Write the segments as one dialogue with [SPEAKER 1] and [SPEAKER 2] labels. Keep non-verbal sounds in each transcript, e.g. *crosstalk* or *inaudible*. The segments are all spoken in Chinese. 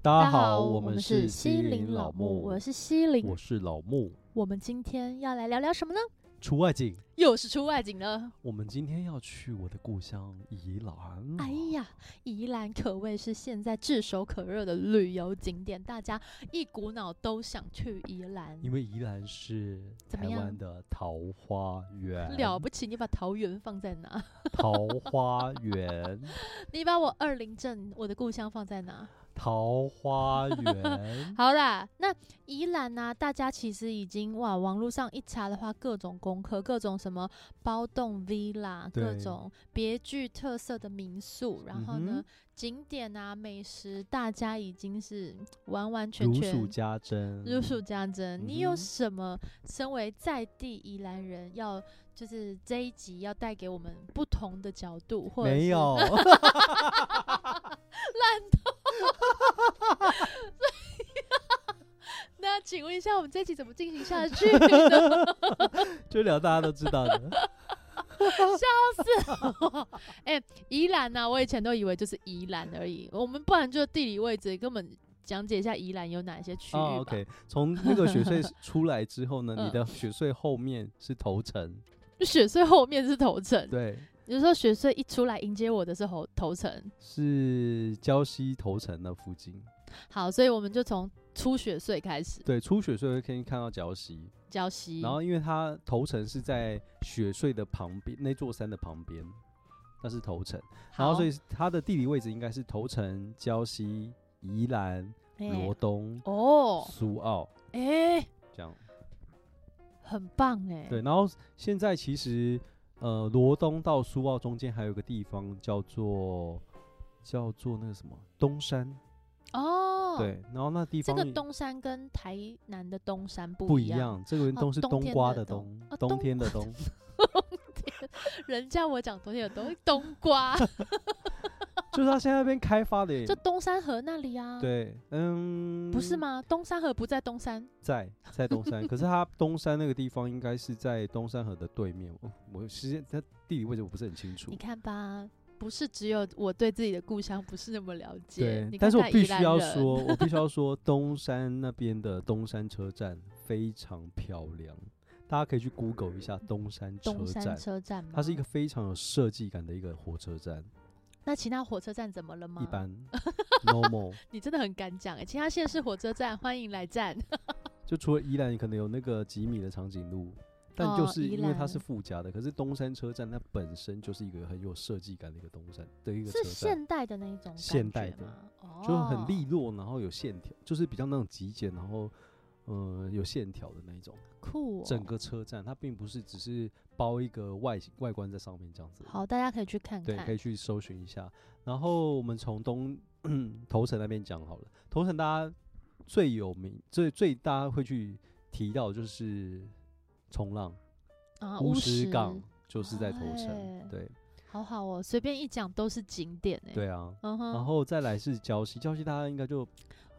[SPEAKER 1] 大
[SPEAKER 2] 家好，
[SPEAKER 1] 我
[SPEAKER 2] 们
[SPEAKER 1] 是
[SPEAKER 2] 西
[SPEAKER 1] 林
[SPEAKER 2] 老
[SPEAKER 1] 木，
[SPEAKER 2] 我是西林
[SPEAKER 1] 我。是老木。
[SPEAKER 2] 我们今天要来聊聊什么呢？
[SPEAKER 1] 出外景，
[SPEAKER 2] 又是出外景了。
[SPEAKER 1] 我们今天要去我的故乡宜兰。
[SPEAKER 2] 哎，呀，宜兰可谓是现在炙手可热的旅游景点，大家一股脑都想去宜兰。
[SPEAKER 1] 因为宜兰是
[SPEAKER 2] 怎么
[SPEAKER 1] 台
[SPEAKER 2] 样
[SPEAKER 1] 湾的桃花源，
[SPEAKER 2] 了不起，你把桃园放在哪？ *laughs*
[SPEAKER 1] 桃花源，
[SPEAKER 2] 你把我二林镇，我的故乡放在哪？
[SPEAKER 1] 桃花
[SPEAKER 2] *laughs*
[SPEAKER 1] 源。
[SPEAKER 2] 好啦，那宜兰呢、大家其实已经哇，网络上一查的话，各种功课，各种什么包栋 villa，各
[SPEAKER 1] 对
[SPEAKER 2] 种别具特色的民宿，然后呢，
[SPEAKER 1] 嗯哼
[SPEAKER 2] 景点啊、美食，大家已经是完完全
[SPEAKER 1] 如
[SPEAKER 2] 全
[SPEAKER 1] 数家珍，
[SPEAKER 2] 如数家珍。你
[SPEAKER 1] 嗯
[SPEAKER 2] 有
[SPEAKER 1] 哼
[SPEAKER 2] 什么身为在地宜兰人要？就是这一集要带给我们不同的角度，或者
[SPEAKER 1] 没
[SPEAKER 2] 是
[SPEAKER 1] 有， *laughs*
[SPEAKER 2] 那请问一下，我们这一集怎么进行下
[SPEAKER 1] *laughs*
[SPEAKER 2] 去呢？
[SPEAKER 1] 就聊大家都知道
[SPEAKER 2] *laughs*
[SPEAKER 1] 的
[SPEAKER 2] 哎、宜兰呐、我以前都以为就是宜兰而已。我们不然就地理位置根本讲解一下宜兰有哪些区域吧。
[SPEAKER 1] 哦。OK，从那个雪穗出来之后呢，你
[SPEAKER 2] *laughs* 嗯
[SPEAKER 1] 的雪穗后面是头城，
[SPEAKER 2] 就雪穗后面是头城，
[SPEAKER 1] 对，
[SPEAKER 2] 有时候雪穗一出来迎接我的是头头城。
[SPEAKER 1] 是礁溪头城的附近。
[SPEAKER 2] 好，所以我们就从出雪穗开始，
[SPEAKER 1] 对，出雪穗会可以看到礁溪，
[SPEAKER 2] 礁溪。
[SPEAKER 1] 然后因为它头城是在雪穗的旁边，那座山的旁边，那是头城，然后
[SPEAKER 2] 好
[SPEAKER 1] 所以它的地理位置应该是头城、礁溪、宜兰、
[SPEAKER 2] 哎
[SPEAKER 1] 罗东、
[SPEAKER 2] 哦，
[SPEAKER 1] 苏澳
[SPEAKER 2] 哎、
[SPEAKER 1] 这样。
[SPEAKER 2] 很棒哎、
[SPEAKER 1] 对，，然后现在其实呃，罗东到苏澳中间还有一个地方叫做叫做那个什么东山，
[SPEAKER 2] 哦，，
[SPEAKER 1] 对，然后那地
[SPEAKER 2] 这
[SPEAKER 1] 方
[SPEAKER 2] 个
[SPEAKER 1] 也
[SPEAKER 2] 东山跟台南的东山不
[SPEAKER 1] 不
[SPEAKER 2] 一
[SPEAKER 1] 一
[SPEAKER 2] 样。
[SPEAKER 1] 样，这个
[SPEAKER 2] 哦
[SPEAKER 1] 东是
[SPEAKER 2] 冬
[SPEAKER 1] 冬
[SPEAKER 2] 天
[SPEAKER 1] 瓜
[SPEAKER 2] 的
[SPEAKER 1] 的
[SPEAKER 2] 冬
[SPEAKER 1] 冬
[SPEAKER 2] 哦，
[SPEAKER 1] 冬
[SPEAKER 2] 冬
[SPEAKER 1] 天的冬。
[SPEAKER 2] 人家我讲东西有东冬
[SPEAKER 1] *laughs*
[SPEAKER 2] 瓜，
[SPEAKER 1] 就是他现在那边开
[SPEAKER 2] *laughs*
[SPEAKER 1] 发的耶，
[SPEAKER 2] 就东山河那里啊。。
[SPEAKER 1] 对，嗯，
[SPEAKER 2] 不是？吗？东山河不在东山，
[SPEAKER 1] 在在东山，可是他东山那个地方应该是在东山河的对面。我我时间它地理位置我不是很清楚
[SPEAKER 2] 你，看吧，不是只有我对自己的故乡不是那么了解。
[SPEAKER 1] 对
[SPEAKER 2] 你，
[SPEAKER 1] 但
[SPEAKER 2] 看
[SPEAKER 1] 是我
[SPEAKER 2] 看
[SPEAKER 1] 必
[SPEAKER 2] 宜
[SPEAKER 1] 须
[SPEAKER 2] 兰
[SPEAKER 1] 要
[SPEAKER 2] 人
[SPEAKER 1] 说，我必须要
[SPEAKER 2] *laughs*
[SPEAKER 1] 说，东山那边的东山车站非常漂亮，大家可以去 Google 一下东山车
[SPEAKER 2] 东山
[SPEAKER 1] 站，
[SPEAKER 2] 车站吗？
[SPEAKER 1] 它是一个。非常有设计感的一个火车站，
[SPEAKER 2] 那其他火车站怎么了吗？
[SPEAKER 1] 一。般
[SPEAKER 2] *laughs*
[SPEAKER 1] normal。
[SPEAKER 2] 你真的很敢讲哎、其他县市火车站欢迎来站。 *laughs*
[SPEAKER 1] 就除了宜兰可能有那个几米的长颈鹿，但就
[SPEAKER 2] 哦
[SPEAKER 1] 是
[SPEAKER 2] 宜
[SPEAKER 1] 因为它
[SPEAKER 2] 兰
[SPEAKER 1] 是附加的，可是东山车站它本身就是一个很有设计感的一个东山的一个车
[SPEAKER 2] 是
[SPEAKER 1] 站，
[SPEAKER 2] 现代的那一种感
[SPEAKER 1] 现代
[SPEAKER 2] 觉
[SPEAKER 1] 的
[SPEAKER 2] 吗？哦，
[SPEAKER 1] 就很利落，然后有线条，就是比较那种极简，然后呃有线条的那一种。
[SPEAKER 2] 酷、哦。
[SPEAKER 1] 整个车站它并不是只是包一个外形外观在上面这样子，
[SPEAKER 2] 好，大家可以去看
[SPEAKER 1] 对，
[SPEAKER 2] 看。
[SPEAKER 1] 可以去搜寻一下。然后我们从东头城那边讲好了，头城大家最有名、最最大家会去提到就是冲浪。
[SPEAKER 2] 啊，
[SPEAKER 1] 乌
[SPEAKER 2] 石
[SPEAKER 1] 石港，就是在头
[SPEAKER 2] 哎
[SPEAKER 1] 城，对
[SPEAKER 2] 好好哦，随便一讲都是景点哎、，
[SPEAKER 1] 对啊，
[SPEAKER 2] 嗯哼。
[SPEAKER 1] 然后再来是礁溪，礁溪大家应该就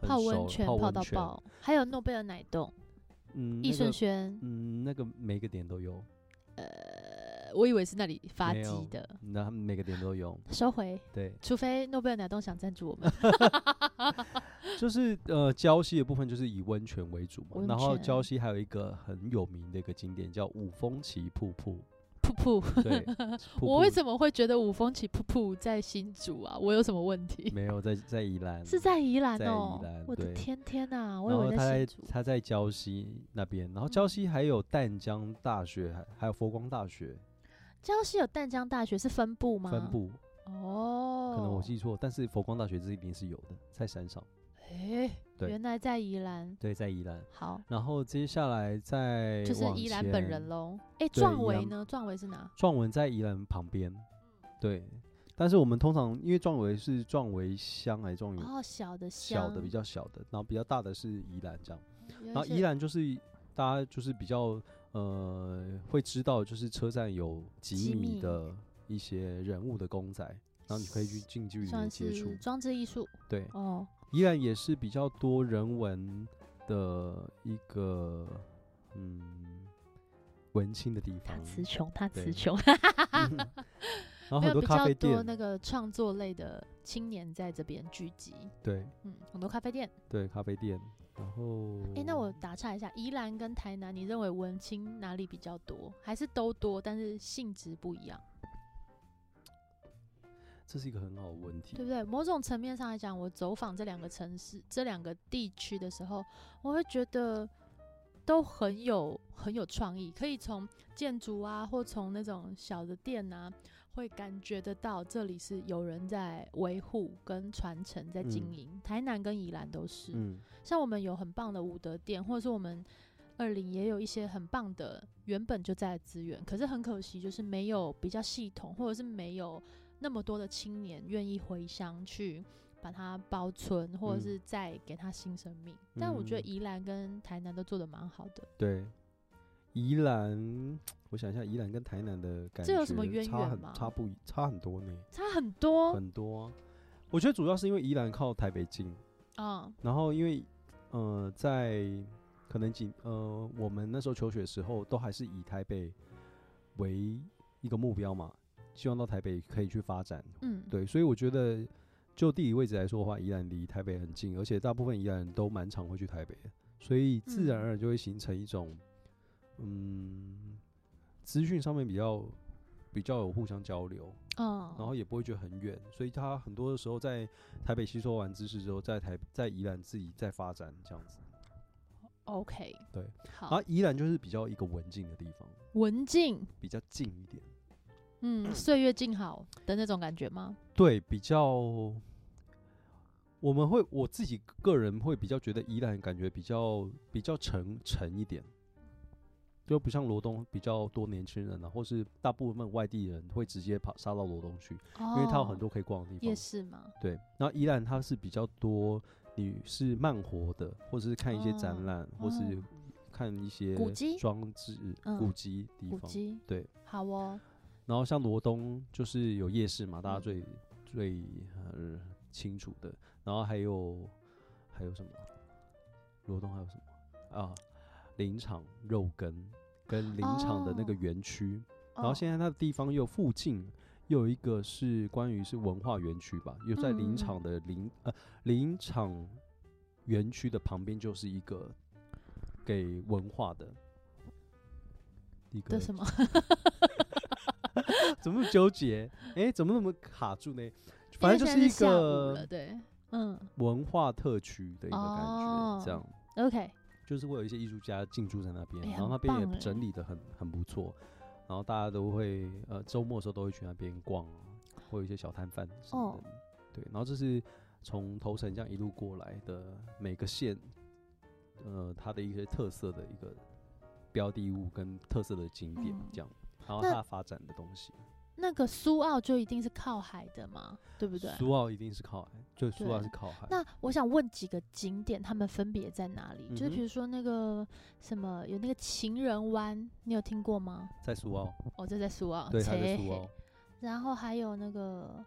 [SPEAKER 1] 很
[SPEAKER 2] 泡
[SPEAKER 1] 熟
[SPEAKER 2] 温
[SPEAKER 1] 了
[SPEAKER 2] 泉
[SPEAKER 1] 泡
[SPEAKER 2] 泡
[SPEAKER 1] 温
[SPEAKER 2] 到
[SPEAKER 1] 泉，
[SPEAKER 2] 爆，还有诺贝尔奶冻、
[SPEAKER 1] 嗯，
[SPEAKER 2] 益
[SPEAKER 1] 那
[SPEAKER 2] 顺
[SPEAKER 1] 个
[SPEAKER 2] 轩，
[SPEAKER 1] 嗯，那个每个点都有，
[SPEAKER 2] 呃我以为是那里发
[SPEAKER 1] 嗯没有
[SPEAKER 2] 迹的。
[SPEAKER 1] 那他们每个点都
[SPEAKER 2] *laughs*
[SPEAKER 1] 有，
[SPEAKER 2] 收回，
[SPEAKER 1] 对，
[SPEAKER 2] 除非诺贝尔奶冻想赞助我们。 *laughs*
[SPEAKER 1] 就是呃礁溪的部分就是以温泉为主嘛，
[SPEAKER 2] 温
[SPEAKER 1] 然后礁
[SPEAKER 2] 泉
[SPEAKER 1] 溪还有一个很有名的一个景点叫五峰旗瀑
[SPEAKER 2] *laughs*
[SPEAKER 1] 布，
[SPEAKER 2] 噗噗， *laughs*
[SPEAKER 1] 对，
[SPEAKER 2] 我为
[SPEAKER 1] 么
[SPEAKER 2] 什么会觉得五峰起噗噗在新竹啊？我有什么问题？
[SPEAKER 1] 没有在在宜兰？
[SPEAKER 2] 是在宜兰
[SPEAKER 1] 嗯在宜
[SPEAKER 2] 哦、
[SPEAKER 1] 兰
[SPEAKER 2] 我的
[SPEAKER 1] 对
[SPEAKER 2] 天天呐、我以
[SPEAKER 1] 然后
[SPEAKER 2] 为
[SPEAKER 1] 他
[SPEAKER 2] 在
[SPEAKER 1] 在
[SPEAKER 2] 新竹。
[SPEAKER 1] 他在礁溪那边，然后礁
[SPEAKER 2] 嗯
[SPEAKER 1] 溪还有淡江大学，还还有佛光大学
[SPEAKER 2] 礁溪有淡江大学是分部吗？
[SPEAKER 1] 分部，
[SPEAKER 2] 哦，
[SPEAKER 1] 可能我记错，但是佛光大学这一定是有的，在山上，
[SPEAKER 2] 诶，
[SPEAKER 1] 对
[SPEAKER 2] 原来在宜兰。
[SPEAKER 1] 对，在宜兰。
[SPEAKER 2] 好，
[SPEAKER 1] 然后接下来在
[SPEAKER 2] 就是
[SPEAKER 1] 往
[SPEAKER 2] 宜兰本
[SPEAKER 1] 前
[SPEAKER 2] 人，喽。诶，
[SPEAKER 1] 对
[SPEAKER 2] 壮
[SPEAKER 1] 宜
[SPEAKER 2] 维
[SPEAKER 1] 兰
[SPEAKER 2] 呢？壮维是哪？
[SPEAKER 1] 壮文在宜兰旁边，
[SPEAKER 2] 嗯
[SPEAKER 1] 对。但是我们通常因为壮维是壮维乡还是壮维
[SPEAKER 2] 哦，小的乡，
[SPEAKER 1] 嗯小的比较小的，然后比较大的是宜兰这样，
[SPEAKER 2] 原
[SPEAKER 1] 然
[SPEAKER 2] 来
[SPEAKER 1] 后
[SPEAKER 2] 是。
[SPEAKER 1] 宜兰就是大家就是比较呃会知道，就是车站有
[SPEAKER 2] 几
[SPEAKER 1] 几米
[SPEAKER 2] 米
[SPEAKER 1] 的一些人物的公仔，然后你可以去近距离的
[SPEAKER 2] 算
[SPEAKER 1] 接触
[SPEAKER 2] 是。装置艺术
[SPEAKER 1] 对，
[SPEAKER 2] 哦。
[SPEAKER 1] 依然也是比较多人文的一个嗯文青的地
[SPEAKER 2] 他
[SPEAKER 1] 方。
[SPEAKER 2] 词穷，他
[SPEAKER 1] 嗯对
[SPEAKER 2] 词穷。
[SPEAKER 1] *laughs* 然后
[SPEAKER 2] 没
[SPEAKER 1] 哦很
[SPEAKER 2] 有
[SPEAKER 1] 多
[SPEAKER 2] 比
[SPEAKER 1] 咖
[SPEAKER 2] 较
[SPEAKER 1] 啡
[SPEAKER 2] 多
[SPEAKER 1] 店，
[SPEAKER 2] 那个创作类的青年在这边聚集，
[SPEAKER 1] 对
[SPEAKER 2] 嗯，很多咖啡店。
[SPEAKER 1] 对，咖啡店。然后，
[SPEAKER 2] 诶，那我打岔一下，宜兰跟台南，你认为文青哪里比较多？还是都多，但是性质不一样，
[SPEAKER 1] 这是一个很好的问题
[SPEAKER 2] 对。不对？某种层面上来讲，我走访这两个城市、这两个地区的时候，我会觉得都很有很有创意，可以从建筑啊，或从那种小的店啊，会感觉得到这里是有人在维护跟传承、在经
[SPEAKER 1] 嗯
[SPEAKER 2] 营。台南跟宜兰都是，
[SPEAKER 1] 嗯，
[SPEAKER 2] 像我们有很棒的武德店，或者是我们二零也有一些很棒的原本就在的资源，可是很可惜，就是没有比较系统，或者是没有那么多的青年愿意回乡去把它保存，或者
[SPEAKER 1] 嗯
[SPEAKER 2] 是再给它新生命。但我觉得
[SPEAKER 1] 嗯
[SPEAKER 2] 宜兰跟台南都做得蛮好的，
[SPEAKER 1] 对。宜兰，我想一下，宜兰跟台南的感觉，
[SPEAKER 2] 这有什么渊
[SPEAKER 1] 差
[SPEAKER 2] 源
[SPEAKER 1] 很
[SPEAKER 2] 吗哦
[SPEAKER 1] 差不差很多呢，
[SPEAKER 2] 差很多
[SPEAKER 1] 很多啊、我觉得主要是因为宜兰靠台北近，
[SPEAKER 2] 啊、
[SPEAKER 1] 然后因为呃，在可能几呃，我们那时候求学的时候，都还是以台北为一个目标嘛，希望到台北可以去发展。
[SPEAKER 2] 嗯，
[SPEAKER 1] 对，所以我觉得就地理位置来说的话，宜兰离台北很近，而且大部分宜兰人都蛮常会去台北的，所以自然
[SPEAKER 2] 嗯
[SPEAKER 1] 而然就会形成一种嗯，资讯上面比较比较有互相交流，
[SPEAKER 2] 嗯，
[SPEAKER 1] 然后也不会觉得很远，所以他很多的时候在台北吸收完知识之后，在台在宜兰自己再发展这样子。
[SPEAKER 2] OK，
[SPEAKER 1] 对，
[SPEAKER 2] 好，
[SPEAKER 1] 啊，宜兰就是比较一个文静的地方，
[SPEAKER 2] 文静，
[SPEAKER 1] 比较静一点，
[SPEAKER 2] 嗯，岁月静好的那种感觉吗？
[SPEAKER 1] 对，比较我们会我自己个人会比较觉得宜兰感觉比较比较沉沉一点。就不像罗东比较多年轻人啊，或是大部分外地人会直接跑杀到罗东去，
[SPEAKER 2] 哦，
[SPEAKER 1] 因为它有很多可以逛的地方。
[SPEAKER 2] 夜市嘛，
[SPEAKER 1] 对，然后宜兰它是比较多，你是慢活的，或者是看一些展
[SPEAKER 2] 哦
[SPEAKER 1] 览，或是
[SPEAKER 2] 哦
[SPEAKER 1] 看一些
[SPEAKER 2] 古迹
[SPEAKER 1] 装置、
[SPEAKER 2] 嗯
[SPEAKER 1] 古迹地
[SPEAKER 2] 古
[SPEAKER 1] 方。
[SPEAKER 2] 迹，
[SPEAKER 1] 对，
[SPEAKER 2] 好哦，
[SPEAKER 1] 然后像罗东就是有夜市嘛，大家
[SPEAKER 2] 嗯
[SPEAKER 1] 最最呃清楚的。然后还有还有什么？罗东还有什么啊？林场肉羹跟林场的那个
[SPEAKER 2] 哦
[SPEAKER 1] 园区，然后
[SPEAKER 2] 哦
[SPEAKER 1] 现在它的地方又附近又有一个是关于是文化园区吧，又在
[SPEAKER 2] 嗯嗯
[SPEAKER 1] 林
[SPEAKER 2] 嗯
[SPEAKER 1] 场的林、呃林场园区的旁边就是一个给文化的一个
[SPEAKER 2] 的什么？
[SPEAKER 1] *laughs* 怎么那么纠结？哎、怎么那么卡住呢？反
[SPEAKER 2] *laughs*
[SPEAKER 1] 正
[SPEAKER 2] 因为
[SPEAKER 1] 就
[SPEAKER 2] 现在
[SPEAKER 1] 一
[SPEAKER 2] 是下午了
[SPEAKER 1] 个
[SPEAKER 2] 对，嗯
[SPEAKER 1] 文化特区的一个感觉，
[SPEAKER 2] 哦
[SPEAKER 1] 这样
[SPEAKER 2] ，OK，
[SPEAKER 1] 就是会有一些艺术家进驻在那边，
[SPEAKER 2] 诶
[SPEAKER 1] 然后
[SPEAKER 2] 哎很
[SPEAKER 1] 那边
[SPEAKER 2] 棒诶
[SPEAKER 1] 也整理的很很不错，然后大家都会呃周末的时候都会去那边逛啊，会有一些小摊贩什么的，对，然后这是从头城这样一路过来的每个县，呃，它的一些特色的一个标的物跟特色的景点
[SPEAKER 2] 嗯
[SPEAKER 1] 这样，然后
[SPEAKER 2] 那
[SPEAKER 1] 它发展的东西，
[SPEAKER 2] 那个苏澳就一定是靠海的嘛，对不对？
[SPEAKER 1] 苏澳一定是靠海，就苏澳
[SPEAKER 2] 对
[SPEAKER 1] 是靠海，
[SPEAKER 2] 那我想问几个景点，他们分别在哪里？就是
[SPEAKER 1] 嗯哼
[SPEAKER 2] 比如说那个什么，有那个情人湾，你有听过吗？
[SPEAKER 1] 在苏澳，
[SPEAKER 2] 哦，这在苏澳，
[SPEAKER 1] 对，它在
[SPEAKER 2] 切
[SPEAKER 1] 苏澳
[SPEAKER 2] 嘿。然后还有那个，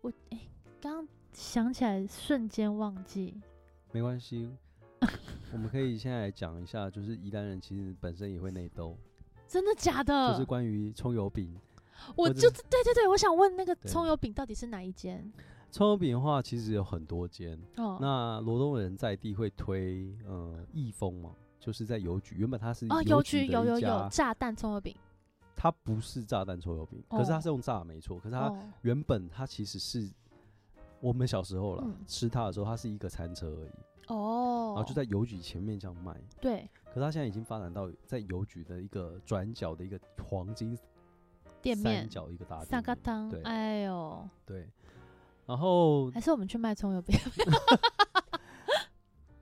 [SPEAKER 2] 我哎，刚想起来，瞬间忘记。
[SPEAKER 1] 没关系，我们可以现在来讲一下，就是宜兰人其实本身也会内兜，
[SPEAKER 2] 真的假的？
[SPEAKER 1] 就是关于葱油饼。
[SPEAKER 2] 我
[SPEAKER 1] 或者
[SPEAKER 2] 就对对对，我想问那个
[SPEAKER 1] 对
[SPEAKER 2] 葱油饼到底是哪一间？
[SPEAKER 1] 葱油饼的话，其实有很多间。
[SPEAKER 2] 哦，
[SPEAKER 1] 那罗东人在地会推呃益丰嘛，就是在邮局，原本它是
[SPEAKER 2] 哦，邮
[SPEAKER 1] 局的
[SPEAKER 2] 局有
[SPEAKER 1] 一
[SPEAKER 2] 有有
[SPEAKER 1] 家
[SPEAKER 2] 炸弹葱油饼，
[SPEAKER 1] 它不是炸弹葱油饼，可是它
[SPEAKER 2] 哦
[SPEAKER 1] 是用炸的没错，可是它
[SPEAKER 2] 哦，
[SPEAKER 1] 原本它其实是。我们小时候啦，
[SPEAKER 2] 嗯
[SPEAKER 1] 吃它的时候，它是一个餐车而已，
[SPEAKER 2] 哦
[SPEAKER 1] 然后就在邮局前面这样卖。
[SPEAKER 2] 对
[SPEAKER 1] 可是它现在已经发展到在邮局的一个转角的一个黄金
[SPEAKER 2] 店面
[SPEAKER 1] 三角一个大
[SPEAKER 2] 萨
[SPEAKER 1] 店
[SPEAKER 2] 嘎
[SPEAKER 1] 面
[SPEAKER 2] 汤
[SPEAKER 1] 对，
[SPEAKER 2] 哎呦，
[SPEAKER 1] 对。然后，
[SPEAKER 2] 还是我们去卖葱油饼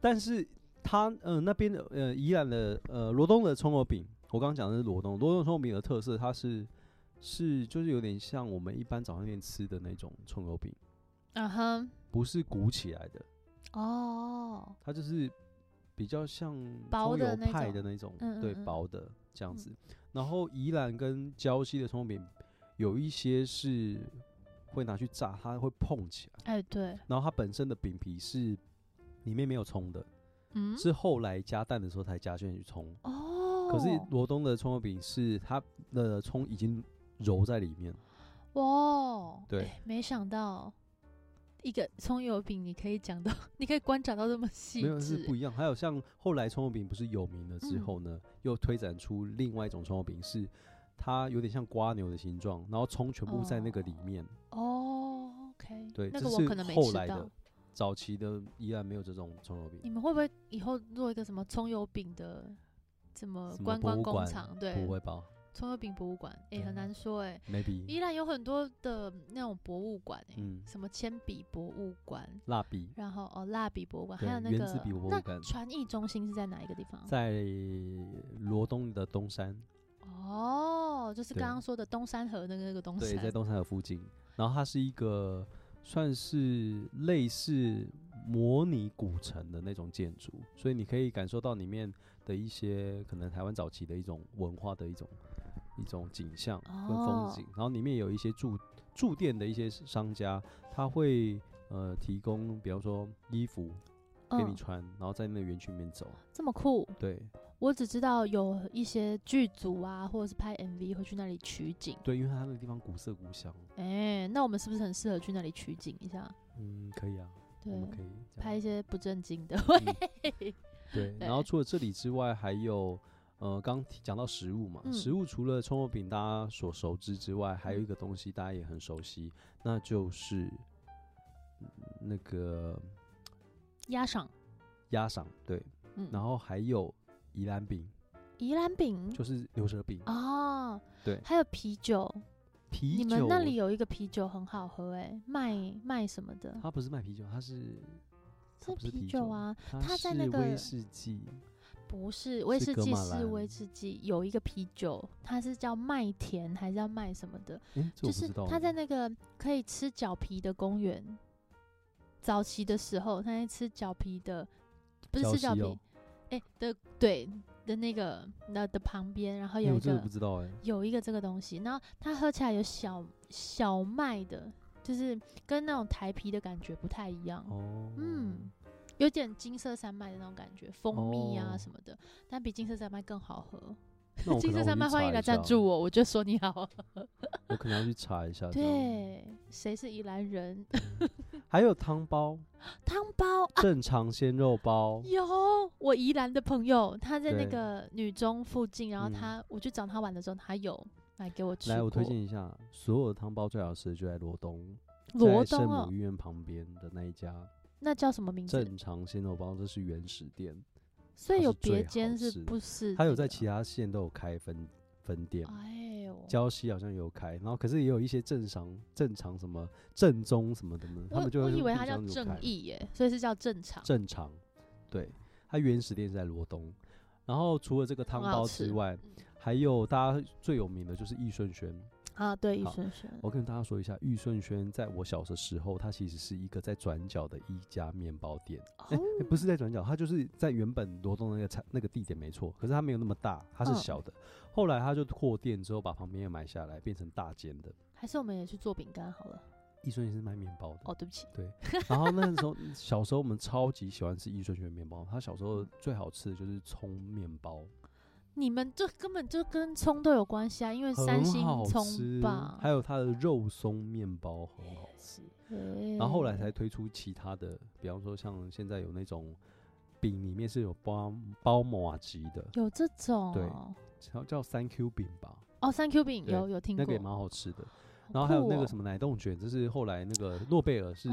[SPEAKER 1] 但是它呃那边的呃宜兰的呃罗东的葱油饼，我刚刚讲的是罗东，罗东葱油饼的特色，它是是就是有点像我们一般早餐店吃的那种葱油饼，
[SPEAKER 2] 啊哼，
[SPEAKER 1] 不是鼓起来的，
[SPEAKER 2] *laughs* 哦，
[SPEAKER 1] 它就是比较像
[SPEAKER 2] 薄
[SPEAKER 1] 葱
[SPEAKER 2] 的
[SPEAKER 1] 油
[SPEAKER 2] 那
[SPEAKER 1] 派
[SPEAKER 2] 种
[SPEAKER 1] 的那种，
[SPEAKER 2] 嗯
[SPEAKER 1] 对，
[SPEAKER 2] 嗯嗯
[SPEAKER 1] 薄的这样
[SPEAKER 2] 嗯
[SPEAKER 1] 子。然后宜兰跟礁溪的葱油饼有一些是会拿去炸，它会碰起来，
[SPEAKER 2] 哎对，
[SPEAKER 1] 然后它本身的饼皮是里面没有葱的，
[SPEAKER 2] 嗯，
[SPEAKER 1] 是后来加蛋的时候才加进去葱。
[SPEAKER 2] 哦，
[SPEAKER 1] 可是罗东的葱油饼是它的葱已经揉在里面，
[SPEAKER 2] 哇，
[SPEAKER 1] 对
[SPEAKER 2] 哎没想到一个葱油饼，你可以讲到，你可以观察到这么细
[SPEAKER 1] 没有是
[SPEAKER 2] 致
[SPEAKER 1] 不，一样。还有像后来葱油饼不是有名了之
[SPEAKER 2] 嗯
[SPEAKER 1] 后呢，又推展出另外一种葱油饼，是它有点像瓜牛的形状，然后葱全部在那个里面。
[SPEAKER 2] 哦，OK，
[SPEAKER 1] 对，
[SPEAKER 2] 那
[SPEAKER 1] 这
[SPEAKER 2] 个我
[SPEAKER 1] 是
[SPEAKER 2] 可能没
[SPEAKER 1] 后
[SPEAKER 2] 吃
[SPEAKER 1] 来
[SPEAKER 2] 到
[SPEAKER 1] 的。早期的依然没有这种葱油饼
[SPEAKER 2] 你，们会不会以后做一个什么葱油饼的什么
[SPEAKER 1] 什么
[SPEAKER 2] 观
[SPEAKER 1] 博
[SPEAKER 2] 光
[SPEAKER 1] 物
[SPEAKER 2] 工
[SPEAKER 1] 馆
[SPEAKER 2] 厂？对
[SPEAKER 1] 不，会吧
[SPEAKER 2] 葱油饼博物馆，哎、
[SPEAKER 1] 对啊
[SPEAKER 2] 很难说哎、依
[SPEAKER 1] ？Maybe
[SPEAKER 2] 然有很多的那种博物馆哎、
[SPEAKER 1] 嗯
[SPEAKER 2] 什么铅笔博物馆，
[SPEAKER 1] 蜡笔
[SPEAKER 2] 然后哦蜡笔博物馆，
[SPEAKER 1] 对
[SPEAKER 2] 还有那
[SPEAKER 1] 原
[SPEAKER 2] 个
[SPEAKER 1] 子笔博物
[SPEAKER 2] 那
[SPEAKER 1] 馆
[SPEAKER 2] 传艺中心是在哪一个地方？
[SPEAKER 1] 在罗东的东山，
[SPEAKER 2] 哦，就是
[SPEAKER 1] 对
[SPEAKER 2] 刚刚说的东山河的那个东
[SPEAKER 1] 对，在
[SPEAKER 2] 山，
[SPEAKER 1] 东山河附近。然后它是一个算是类似模拟古城的那种建筑，所以你可以感受到里面的一些可能台湾早期的一种文化的一种一种景象跟风景。
[SPEAKER 2] 哦
[SPEAKER 1] 然后里面有一些住住店的一些商家，他会呃提供，比方说衣服给你
[SPEAKER 2] 嗯，
[SPEAKER 1] 穿，然后在那个园区里面走。
[SPEAKER 2] 这么酷。
[SPEAKER 1] 对
[SPEAKER 2] 我只知道有一些剧组啊，或者是拍 MV 会去那里取景。
[SPEAKER 1] 对，因为它那个地方古色古香，
[SPEAKER 2] 哎、那我们是不是很适合去那里取景一下？
[SPEAKER 1] 嗯，可以啊，我
[SPEAKER 2] 对，
[SPEAKER 1] 们可以这样嗯
[SPEAKER 2] 拍一些不正经的。
[SPEAKER 1] 对，
[SPEAKER 2] 对
[SPEAKER 1] 然后除了这里之外，还有呃，刚提讲到食物嘛，
[SPEAKER 2] 嗯
[SPEAKER 1] 食物除了葱油饼大家所熟知之外，还有一个东西大家也很熟悉，那就是嗯那个
[SPEAKER 2] *laughs* 鸭赏，
[SPEAKER 1] 鸭肠，对，
[SPEAKER 2] 嗯，
[SPEAKER 1] 然后还有宜兰饼，
[SPEAKER 2] 宜兰饼
[SPEAKER 1] 就是牛舌饼，
[SPEAKER 2] 哦，
[SPEAKER 1] 对
[SPEAKER 2] 还有啤酒，
[SPEAKER 1] 啤酒。
[SPEAKER 2] 你们那里有一个啤酒很好喝、哎，卖卖什么的？
[SPEAKER 1] 它不是卖啤酒，它是它
[SPEAKER 2] 是
[SPEAKER 1] 不是
[SPEAKER 2] 啤
[SPEAKER 1] 酒
[SPEAKER 2] 酒啊，，
[SPEAKER 1] 它
[SPEAKER 2] 它在
[SPEAKER 1] 是
[SPEAKER 2] 那
[SPEAKER 1] 威
[SPEAKER 2] 个
[SPEAKER 1] 士忌，
[SPEAKER 2] 不是威
[SPEAKER 1] 是
[SPEAKER 2] 士
[SPEAKER 1] 格
[SPEAKER 2] 忌，
[SPEAKER 1] 马
[SPEAKER 2] 是
[SPEAKER 1] 兰
[SPEAKER 2] 威士忌，有一个啤酒，它是叫麦田还是叫麦什么的？
[SPEAKER 1] 诶这我
[SPEAKER 2] 就
[SPEAKER 1] 不
[SPEAKER 2] 是
[SPEAKER 1] 知道欸
[SPEAKER 2] 它在
[SPEAKER 1] 呢
[SPEAKER 2] 那个可以吃脚皮的公园，早期的时候，它在吃脚皮的，不是
[SPEAKER 1] 礁
[SPEAKER 2] 吃脚
[SPEAKER 1] 溪
[SPEAKER 2] 皮
[SPEAKER 1] 哦，
[SPEAKER 2] 哎、的对的那个那的旁边，然后
[SPEAKER 1] 诶
[SPEAKER 2] 有
[SPEAKER 1] 我
[SPEAKER 2] 一
[SPEAKER 1] 真
[SPEAKER 2] 个、
[SPEAKER 1] 的不知道哎、
[SPEAKER 2] 有一个这个东西，然后它喝起来有小小麦的，就是跟那种台啤的感觉不太一样。
[SPEAKER 1] 哦，
[SPEAKER 2] 嗯，有点金色山脉的那种感觉，蜂蜜啊
[SPEAKER 1] 哦
[SPEAKER 2] 什么的，但比金色山脉更好喝。
[SPEAKER 1] 那我可
[SPEAKER 2] 金
[SPEAKER 1] 能
[SPEAKER 2] 色
[SPEAKER 1] 要回去
[SPEAKER 2] 山脉欢
[SPEAKER 1] 查
[SPEAKER 2] 迎
[SPEAKER 1] 一
[SPEAKER 2] 来赞
[SPEAKER 1] 下
[SPEAKER 2] 助我，我就说
[SPEAKER 1] *laughs*
[SPEAKER 2] 你好。
[SPEAKER 1] 我可能要去查一下。这样，
[SPEAKER 2] *laughs* 对，谁是宜兰人？ *laughs*
[SPEAKER 1] 还有汤包，
[SPEAKER 2] 汤包啊，
[SPEAKER 1] 正常鲜肉
[SPEAKER 2] *laughs*
[SPEAKER 1] 包，
[SPEAKER 2] 有我宜兰的朋友，他在那
[SPEAKER 1] 对
[SPEAKER 2] 个女中附近，然后
[SPEAKER 1] 嗯
[SPEAKER 2] 他、我去找他玩的时候，他有买给我吃
[SPEAKER 1] 来我推
[SPEAKER 2] 过
[SPEAKER 1] 荐一下，所有的汤包最好吃的就在罗东，
[SPEAKER 2] 罗
[SPEAKER 1] 在圣
[SPEAKER 2] 东嗯
[SPEAKER 1] 母
[SPEAKER 2] 哦
[SPEAKER 1] 医，院旁边的那一家
[SPEAKER 2] 那叫什么名字？
[SPEAKER 1] 正常鲜肉包，这是原始店，
[SPEAKER 2] 所以
[SPEAKER 1] 它
[SPEAKER 2] 有
[SPEAKER 1] 是最
[SPEAKER 2] 别
[SPEAKER 1] 好
[SPEAKER 2] 间是
[SPEAKER 1] 吃的
[SPEAKER 2] 不是？
[SPEAKER 1] 它有在其。他县都有开分分店。
[SPEAKER 2] 哎呦，
[SPEAKER 1] 礁溪好像有开，然后可是也有一些正常正常什么正宗什么的呢，他
[SPEAKER 2] 我
[SPEAKER 1] 们就
[SPEAKER 2] 我
[SPEAKER 1] 会
[SPEAKER 2] 以为
[SPEAKER 1] 互
[SPEAKER 2] 它叫
[SPEAKER 1] 相有
[SPEAKER 2] 正
[SPEAKER 1] 开
[SPEAKER 2] 义啊耶，所以是叫正常。
[SPEAKER 1] 正常，对，它原始店是在罗东。然后除了这个汤
[SPEAKER 2] 很好
[SPEAKER 1] 包
[SPEAKER 2] 吃
[SPEAKER 1] 之外
[SPEAKER 2] 嗯，
[SPEAKER 1] 还有大家最有名的就是益顺轩，
[SPEAKER 2] 啊，对，一
[SPEAKER 1] 好
[SPEAKER 2] 顺
[SPEAKER 1] *laughs*
[SPEAKER 2] 轩。
[SPEAKER 1] 我跟大家说一下，玉顺轩在我小的时候，它其实是一个在转角的一家面包店。
[SPEAKER 2] 哦
[SPEAKER 1] 哎、诶不是在转角，它就是在原本罗东的那个产那个地点没错，可是它没有那么大，它是
[SPEAKER 2] 嗯
[SPEAKER 1] 小的。后来它就扩店之后，把旁边也买下来，变成大间的。
[SPEAKER 2] 还是我们也去做饼干好了。
[SPEAKER 1] 玉顺轩是卖面包的。
[SPEAKER 2] 哦，对不起，
[SPEAKER 1] 然后那时候小时候我们超级喜欢吃益顺轩面包，它小时候最好吃的就是葱面包，
[SPEAKER 2] 你们这根本就跟葱都有关系啊，因为三
[SPEAKER 1] 很
[SPEAKER 2] 星
[SPEAKER 1] 好
[SPEAKER 2] 葱
[SPEAKER 1] 吃
[SPEAKER 2] 吧。。
[SPEAKER 1] 还有它的肉松面包很好吃。
[SPEAKER 2] 哎
[SPEAKER 1] 然后后来才推出其他的，比方说像现在有那种饼里面是有包包马吉的，
[SPEAKER 2] 有这种
[SPEAKER 1] 对
[SPEAKER 2] 哦
[SPEAKER 1] 叫叫三 Q 饼吧，
[SPEAKER 2] 哦，三 Q 饼
[SPEAKER 1] 对
[SPEAKER 2] 有有听过，
[SPEAKER 1] 那个也蛮好吃的。然后还有那个什
[SPEAKER 2] 么
[SPEAKER 1] 么奶冻卷，这是后来那个诺贝尔是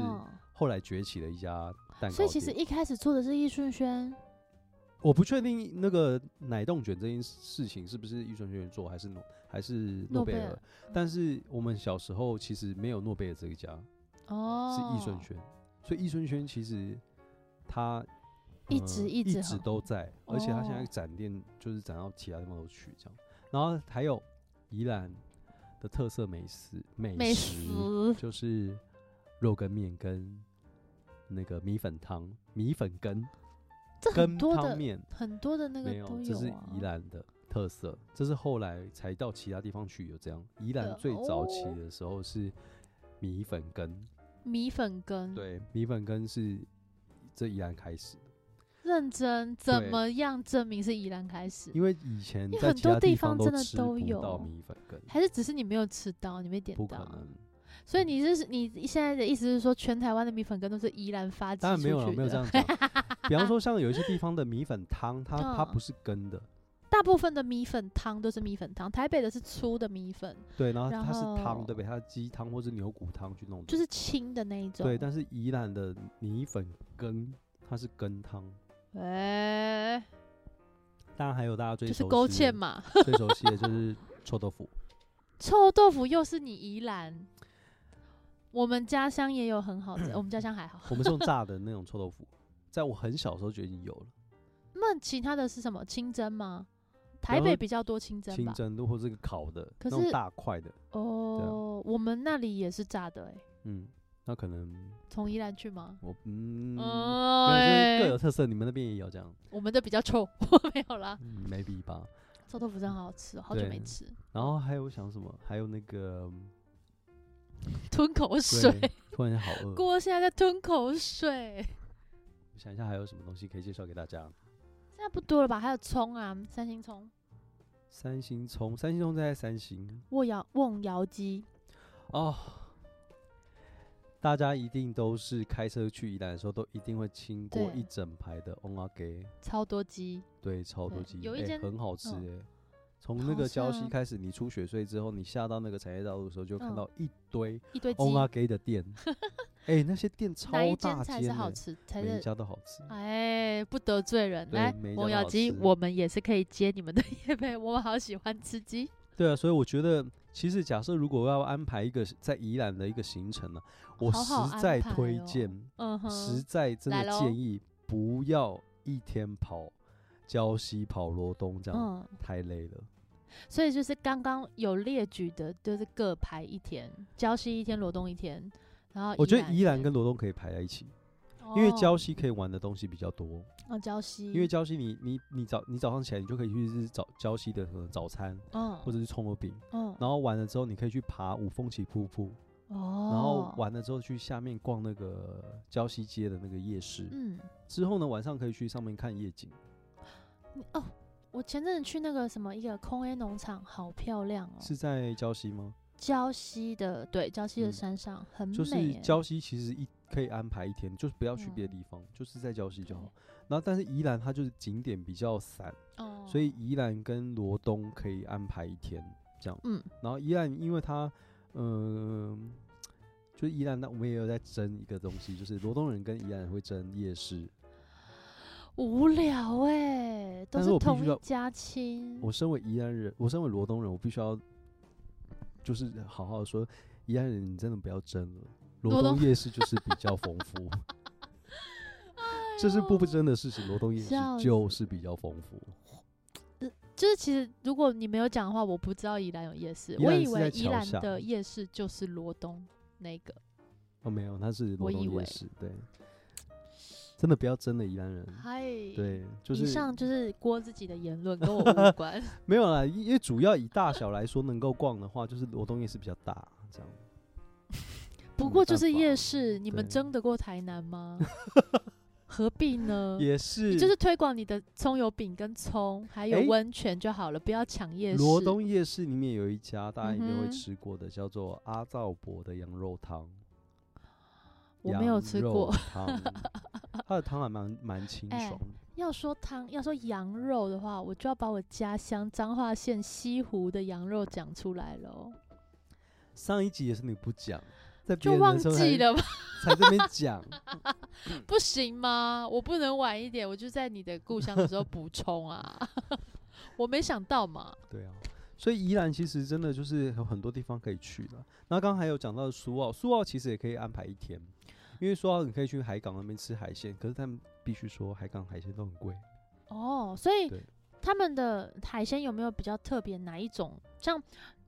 [SPEAKER 1] 后来崛起的一家蛋糕店。
[SPEAKER 2] 嗯所以其实一开始做的是易顺轩，
[SPEAKER 1] 我不确定那个奶冻卷这件事情是不是易顺轩做，还是诺还是诺
[SPEAKER 2] 诺
[SPEAKER 1] 贝
[SPEAKER 2] 贝
[SPEAKER 1] 尔
[SPEAKER 2] 尔。
[SPEAKER 1] 但是我们小时候其实没有诺贝尔这一家，
[SPEAKER 2] 哦，
[SPEAKER 1] 是易顺，轩，所以易顺轩其实他呃
[SPEAKER 2] 一直一直
[SPEAKER 1] 一直
[SPEAKER 2] 很
[SPEAKER 1] 都在，而且他现在
[SPEAKER 2] 哦
[SPEAKER 1] 展店就是展到其他地方都去这样，然后还有宜兰的特色美食美
[SPEAKER 2] 美
[SPEAKER 1] 食
[SPEAKER 2] 食
[SPEAKER 1] 就是肉羹面跟那个米粉汤、米粉羹 *laughs*
[SPEAKER 2] 这
[SPEAKER 1] 羹
[SPEAKER 2] 哦很多
[SPEAKER 1] 汤
[SPEAKER 2] 的
[SPEAKER 1] 面，
[SPEAKER 2] 很多的那个
[SPEAKER 1] 没有
[SPEAKER 2] 都，
[SPEAKER 1] 这是
[SPEAKER 2] 啊。
[SPEAKER 1] 宜兰的特色，这是后来才到其他地方去有这样。宜兰
[SPEAKER 2] 的
[SPEAKER 1] 最早期
[SPEAKER 2] 哦
[SPEAKER 1] 的时候是米粉羹。
[SPEAKER 2] 米粉羹，
[SPEAKER 1] 对，米粉羹是这宜兰开始的，
[SPEAKER 2] 认真怎
[SPEAKER 1] 对
[SPEAKER 2] 么样证明是宜兰开始？
[SPEAKER 1] 因为以前
[SPEAKER 2] 因为
[SPEAKER 1] 在
[SPEAKER 2] 很
[SPEAKER 1] 其
[SPEAKER 2] 多
[SPEAKER 1] 他
[SPEAKER 2] 地
[SPEAKER 1] 方
[SPEAKER 2] 方真的
[SPEAKER 1] 吃
[SPEAKER 2] 都
[SPEAKER 1] 不到
[SPEAKER 2] 有
[SPEAKER 1] 米粉羹，
[SPEAKER 2] 还是只是你没有吃到，你没点
[SPEAKER 1] 不可
[SPEAKER 2] 到？
[SPEAKER 1] 能。嗯
[SPEAKER 2] 所以你是你现在的意思是说，全台湾的米粉羹都是宜兰发迹
[SPEAKER 1] 当然没有
[SPEAKER 2] 出
[SPEAKER 1] 了，
[SPEAKER 2] 去
[SPEAKER 1] 没有
[SPEAKER 2] 的
[SPEAKER 1] 这样讲。
[SPEAKER 2] *laughs*
[SPEAKER 1] 比方说，像有一些地方的米粉汤，它它
[SPEAKER 2] 嗯
[SPEAKER 1] 不是羹的，
[SPEAKER 2] 大部分的米粉汤都是米粉汤，台北的是粗的米粉，
[SPEAKER 1] 对，然后
[SPEAKER 2] 然
[SPEAKER 1] 它是汤，
[SPEAKER 2] 后
[SPEAKER 1] 对不对？它是鸡汤或是牛骨汤去弄的，
[SPEAKER 2] 就是轻的那一种。
[SPEAKER 1] 对。但是宜兰的米粉羹，它是羹汤。
[SPEAKER 2] 哎、
[SPEAKER 1] 当然还有大家最
[SPEAKER 2] 就是
[SPEAKER 1] 熟
[SPEAKER 2] 勾
[SPEAKER 1] 悉
[SPEAKER 2] 芡
[SPEAKER 1] 的
[SPEAKER 2] 嘛。 *laughs*
[SPEAKER 1] 最熟悉的就是臭豆腐。
[SPEAKER 2] 臭豆腐又是你宜兰，我们家乡也有很好
[SPEAKER 1] *clears throat*
[SPEAKER 2] 吃，我们家乡还好。
[SPEAKER 1] 我们是用炸的那种臭豆腐，在我很小的时候就已经
[SPEAKER 2] *laughs*
[SPEAKER 1] 有了，
[SPEAKER 2] 那其他的是什么？清蒸吗？
[SPEAKER 1] 方
[SPEAKER 2] 台北
[SPEAKER 1] 说
[SPEAKER 2] 比较多清蒸
[SPEAKER 1] 清
[SPEAKER 2] 吧。
[SPEAKER 1] 蒸的啊或者是烤的，
[SPEAKER 2] 啊可
[SPEAKER 1] 那种
[SPEAKER 2] 是
[SPEAKER 1] 大块的，
[SPEAKER 2] 哦，我们那里也是炸的哎、
[SPEAKER 1] 嗯，那可能
[SPEAKER 2] 从宜兰去吗？
[SPEAKER 1] 我嗯，
[SPEAKER 2] 哦
[SPEAKER 1] 没有就是
[SPEAKER 2] 哎
[SPEAKER 1] 各有特色，你们那边也有这样、
[SPEAKER 2] 我们的比较臭， *laughs* 没有啦。
[SPEAKER 1] 嗯、，maybe 吧。
[SPEAKER 2] 臭豆腐真的好好吃哦，好久
[SPEAKER 1] 对
[SPEAKER 2] 没吃，
[SPEAKER 1] 然后还有我想什么，还有那个
[SPEAKER 2] 吞口
[SPEAKER 1] 对
[SPEAKER 2] 水。
[SPEAKER 1] 突然间好饿。
[SPEAKER 2] 锅现在在吞口水，
[SPEAKER 1] 我想一下还有什么东西可以介绍给大家。
[SPEAKER 2] 现在不多了吧？还有葱啊，三星葱、
[SPEAKER 1] 三星葱，三星葱在三星
[SPEAKER 2] 瓮窑瓮窑鸡，
[SPEAKER 1] 哦。大家一定都是开车去宜兰的时候，都一定会经过
[SPEAKER 2] 对
[SPEAKER 1] 一整排的 on a g
[SPEAKER 2] 超多鸡。
[SPEAKER 1] 对，超多
[SPEAKER 2] 对
[SPEAKER 1] 鸡，
[SPEAKER 2] 有一
[SPEAKER 1] 欸
[SPEAKER 2] 间
[SPEAKER 1] 很好吃哎、
[SPEAKER 2] 嗯
[SPEAKER 1] 从
[SPEAKER 2] 好
[SPEAKER 1] 那个
[SPEAKER 2] 吃
[SPEAKER 1] 礁溪
[SPEAKER 2] 啊
[SPEAKER 1] 开始，你出雪隧之后，你下到那个产业道路的时候，就看
[SPEAKER 2] 嗯
[SPEAKER 1] 到一堆
[SPEAKER 2] 一堆鸡，
[SPEAKER 1] o n a g 的
[SPEAKER 2] *laughs*
[SPEAKER 1] 店，哎、那些店超
[SPEAKER 2] 哪一
[SPEAKER 1] 大
[SPEAKER 2] 间才是
[SPEAKER 1] 间、
[SPEAKER 2] 好
[SPEAKER 1] 欸，
[SPEAKER 2] 吃？才
[SPEAKER 1] 每一
[SPEAKER 2] 是
[SPEAKER 1] 家都好吃。
[SPEAKER 2] 哎，不得罪人。
[SPEAKER 1] 对
[SPEAKER 2] 来
[SPEAKER 1] 每一，家
[SPEAKER 2] 瓮
[SPEAKER 1] 都
[SPEAKER 2] 窑
[SPEAKER 1] 好
[SPEAKER 2] 鸡，
[SPEAKER 1] 吃
[SPEAKER 2] 我们也是可以接你们的 *laughs* 夜配，我们好喜欢吃鸡。
[SPEAKER 1] 对啊，所以我觉得，其实假设如果要安排一个在宜兰的一个行程呢、我
[SPEAKER 2] 好好
[SPEAKER 1] 实
[SPEAKER 2] 安
[SPEAKER 1] 在
[SPEAKER 2] 排
[SPEAKER 1] 推
[SPEAKER 2] 哦
[SPEAKER 1] 荐，
[SPEAKER 2] 嗯
[SPEAKER 1] 实
[SPEAKER 2] 哼，
[SPEAKER 1] 在真
[SPEAKER 2] 来
[SPEAKER 1] 的建
[SPEAKER 2] 咯
[SPEAKER 1] 议不要一天跑礁溪、跑罗东这样，
[SPEAKER 2] 嗯，
[SPEAKER 1] 太累了。
[SPEAKER 2] 所以就是刚刚有列举的，就是各排一天，礁溪一天，罗东一天，然后
[SPEAKER 1] 我觉得
[SPEAKER 2] 一
[SPEAKER 1] 宜兰
[SPEAKER 2] 天
[SPEAKER 1] 跟罗东可以排在一起，因为礁
[SPEAKER 2] 哦
[SPEAKER 1] 溪可以玩的东西比较多。
[SPEAKER 2] 哦礁溪，
[SPEAKER 1] 因为礁溪你，你你早你早上起来，你就可以去吃早礁溪的可能早餐，
[SPEAKER 2] 嗯
[SPEAKER 1] 或者是葱油饼。
[SPEAKER 2] 嗯
[SPEAKER 1] 然后完了之后，你可以去爬五峰旗瀑布，
[SPEAKER 2] 哦，
[SPEAKER 1] 然后完了之后去下面逛那个礁溪街的那个夜市。
[SPEAKER 2] 嗯，
[SPEAKER 1] 之后呢，晚上可以去上面看夜景，
[SPEAKER 2] 你哦，我前阵子去那个什么一个空 A 农场，好漂亮哦，
[SPEAKER 1] 是在礁溪吗？
[SPEAKER 2] 礁溪的，对，礁溪
[SPEAKER 1] 嗯
[SPEAKER 2] 的山上、很美耶，
[SPEAKER 1] 就是礁溪其实一可以安排一天，就是不要去别的
[SPEAKER 2] 嗯
[SPEAKER 1] 地方，就是在礁溪就好
[SPEAKER 2] 对。
[SPEAKER 1] 然后但是宜兰它就是景点比较散，
[SPEAKER 2] 哦，
[SPEAKER 1] 所以宜兰跟罗东可以安排一天这样。
[SPEAKER 2] 嗯，
[SPEAKER 1] 然后宜兰因为它，嗯、就是宜兰那我们也有在争一个东西，就是罗东人跟宜兰人会争夜市。
[SPEAKER 2] 无聊哎、都
[SPEAKER 1] 但是我必须
[SPEAKER 2] 同
[SPEAKER 1] 要
[SPEAKER 2] 一家亲，
[SPEAKER 1] 我身为宜兰人，我身为罗东人，我必须要就是好好地说，宜兰人你真的不要争了，罗
[SPEAKER 2] 罗
[SPEAKER 1] 东
[SPEAKER 2] 东
[SPEAKER 1] 夜市就是比较丰
[SPEAKER 2] *laughs*
[SPEAKER 1] 富。这是不不争的事情，罗东夜市
[SPEAKER 2] 哎笑
[SPEAKER 1] 就是比较丰富。
[SPEAKER 2] 就是其实如果你没有讲的话，我不知道宜兰有夜市，
[SPEAKER 1] 宜
[SPEAKER 2] 我
[SPEAKER 1] 兰
[SPEAKER 2] 以
[SPEAKER 1] 是
[SPEAKER 2] 为
[SPEAKER 1] 在
[SPEAKER 2] 宜
[SPEAKER 1] 桥
[SPEAKER 2] 兰
[SPEAKER 1] 下
[SPEAKER 2] 的夜市就是罗东那个，
[SPEAKER 1] 哦，没有，它是罗
[SPEAKER 2] 我
[SPEAKER 1] 东
[SPEAKER 2] 以
[SPEAKER 1] 夜
[SPEAKER 2] 为
[SPEAKER 1] 市，对，真的不要争了，宜兰人，
[SPEAKER 2] 嗨，，
[SPEAKER 1] 对，就
[SPEAKER 2] 哎以
[SPEAKER 1] 是
[SPEAKER 2] 上就是郭自己的言论，跟我
[SPEAKER 1] *laughs*
[SPEAKER 2] 无关。
[SPEAKER 1] 没有啦，因因为主要以大小来说，能够逛的话，就是罗东夜市比较大，这样。
[SPEAKER 2] 不
[SPEAKER 1] 没
[SPEAKER 2] 过就
[SPEAKER 1] 办
[SPEAKER 2] 是
[SPEAKER 1] 法
[SPEAKER 2] 夜市，你们
[SPEAKER 1] 对
[SPEAKER 2] 争得过台南吗？何必
[SPEAKER 1] *laughs*
[SPEAKER 2] 呢？
[SPEAKER 1] 也是，
[SPEAKER 2] 你嗯就是推广你的葱油饼跟葱，还有
[SPEAKER 1] 诶
[SPEAKER 2] 温泉就好了，不要抢夜市。
[SPEAKER 1] 罗东夜市里面有一家大家应该
[SPEAKER 2] 嗯
[SPEAKER 1] 会
[SPEAKER 2] 哼
[SPEAKER 1] 吃过的，叫做阿兆伯的羊肉汤。
[SPEAKER 2] 我没有
[SPEAKER 1] 羊
[SPEAKER 2] 吃
[SPEAKER 1] 肉
[SPEAKER 2] 过
[SPEAKER 1] 汤， *laughs* 它的汤还蛮蛮清
[SPEAKER 2] 哎
[SPEAKER 1] 爽的。
[SPEAKER 2] 要说汤，要说羊肉的话，我就要把我家乡彰化县西湖的羊肉讲出来了哦，
[SPEAKER 1] 上一集也是你不讲，在别
[SPEAKER 2] 就
[SPEAKER 1] 人
[SPEAKER 2] 忘
[SPEAKER 1] 的时候
[SPEAKER 2] 记
[SPEAKER 1] 才
[SPEAKER 2] 了吧？
[SPEAKER 1] 才这边讲，
[SPEAKER 2] 不行吗？我不能晚一点，我就在你的故乡的时候补充啊。 *laughs* 我没想到嘛，
[SPEAKER 1] 对啊。所以宜兰其实真的就是有很多地方可以去的。那刚刚还有讲到苏澳，苏澳其实也可以安排一天，因为苏澳你可以去海港那边吃海鲜，可是他们必须说海港海鲜都很贵。
[SPEAKER 2] 哦，所以
[SPEAKER 1] 对
[SPEAKER 2] 他们的海鲜有没有比较特别哪一种？像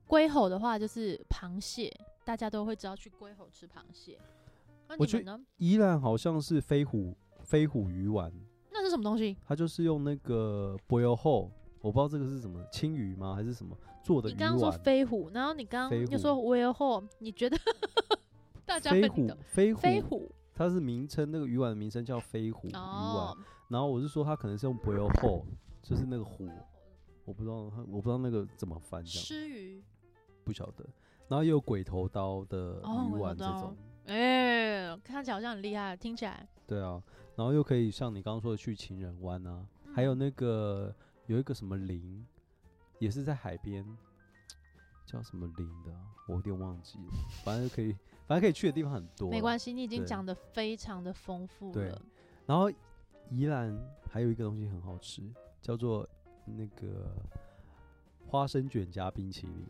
[SPEAKER 2] 龟吼的话，就是螃蟹，大家都会知道去龟吼吃螃蟹。那
[SPEAKER 1] 我
[SPEAKER 2] 你
[SPEAKER 1] 觉
[SPEAKER 2] 们
[SPEAKER 1] 得
[SPEAKER 2] 呢？
[SPEAKER 1] 宜兰好像是飞虎飞虎鱼丸，
[SPEAKER 2] 那是什么东西？
[SPEAKER 1] 它就是用那个薄油后，我不知道这个是什么青鱼吗还是什么做的
[SPEAKER 2] 你
[SPEAKER 1] 鱼
[SPEAKER 2] 刚刚说
[SPEAKER 1] 丸。
[SPEAKER 2] 飞虎，然后你刚
[SPEAKER 1] 飞
[SPEAKER 2] 刚又
[SPEAKER 1] 虎
[SPEAKER 2] 说维尔后，你觉得 *laughs* 大家
[SPEAKER 1] 飞
[SPEAKER 2] 会
[SPEAKER 1] 虎
[SPEAKER 2] 懂？
[SPEAKER 1] 飞虎
[SPEAKER 2] 飞虎
[SPEAKER 1] 它是名称，那个鱼丸的名称叫飞虎鱼丸。
[SPEAKER 2] 哦，
[SPEAKER 1] 然后我是说，它可能是用 b r i o h o 就是那个湖，我不知道它，我不知道那个怎么翻，这样
[SPEAKER 2] 吃鱼，
[SPEAKER 1] 不晓得。然后也有鬼头刀的
[SPEAKER 2] 哦
[SPEAKER 1] 鱼
[SPEAKER 2] 鬼头
[SPEAKER 1] 丸这
[SPEAKER 2] 刀
[SPEAKER 1] 种，
[SPEAKER 2] 哎、看起来好像很厉害，听起来，
[SPEAKER 1] 对啊，然后又可以像你刚刚说的去情人湾啊，
[SPEAKER 2] 嗯
[SPEAKER 1] 还有那个有一个什么林，也是在海边，叫什么林的啊、我有点忘记了。反正可以， *laughs* 反正可以去的地方很多。啊
[SPEAKER 2] 没关
[SPEAKER 1] 系。
[SPEAKER 2] 系，你已经
[SPEAKER 1] 对
[SPEAKER 2] 讲的非常的丰富
[SPEAKER 1] 对
[SPEAKER 2] 了。
[SPEAKER 1] 然后宜兰还有一个东西很好吃，叫做那个花生卷加冰淇淋。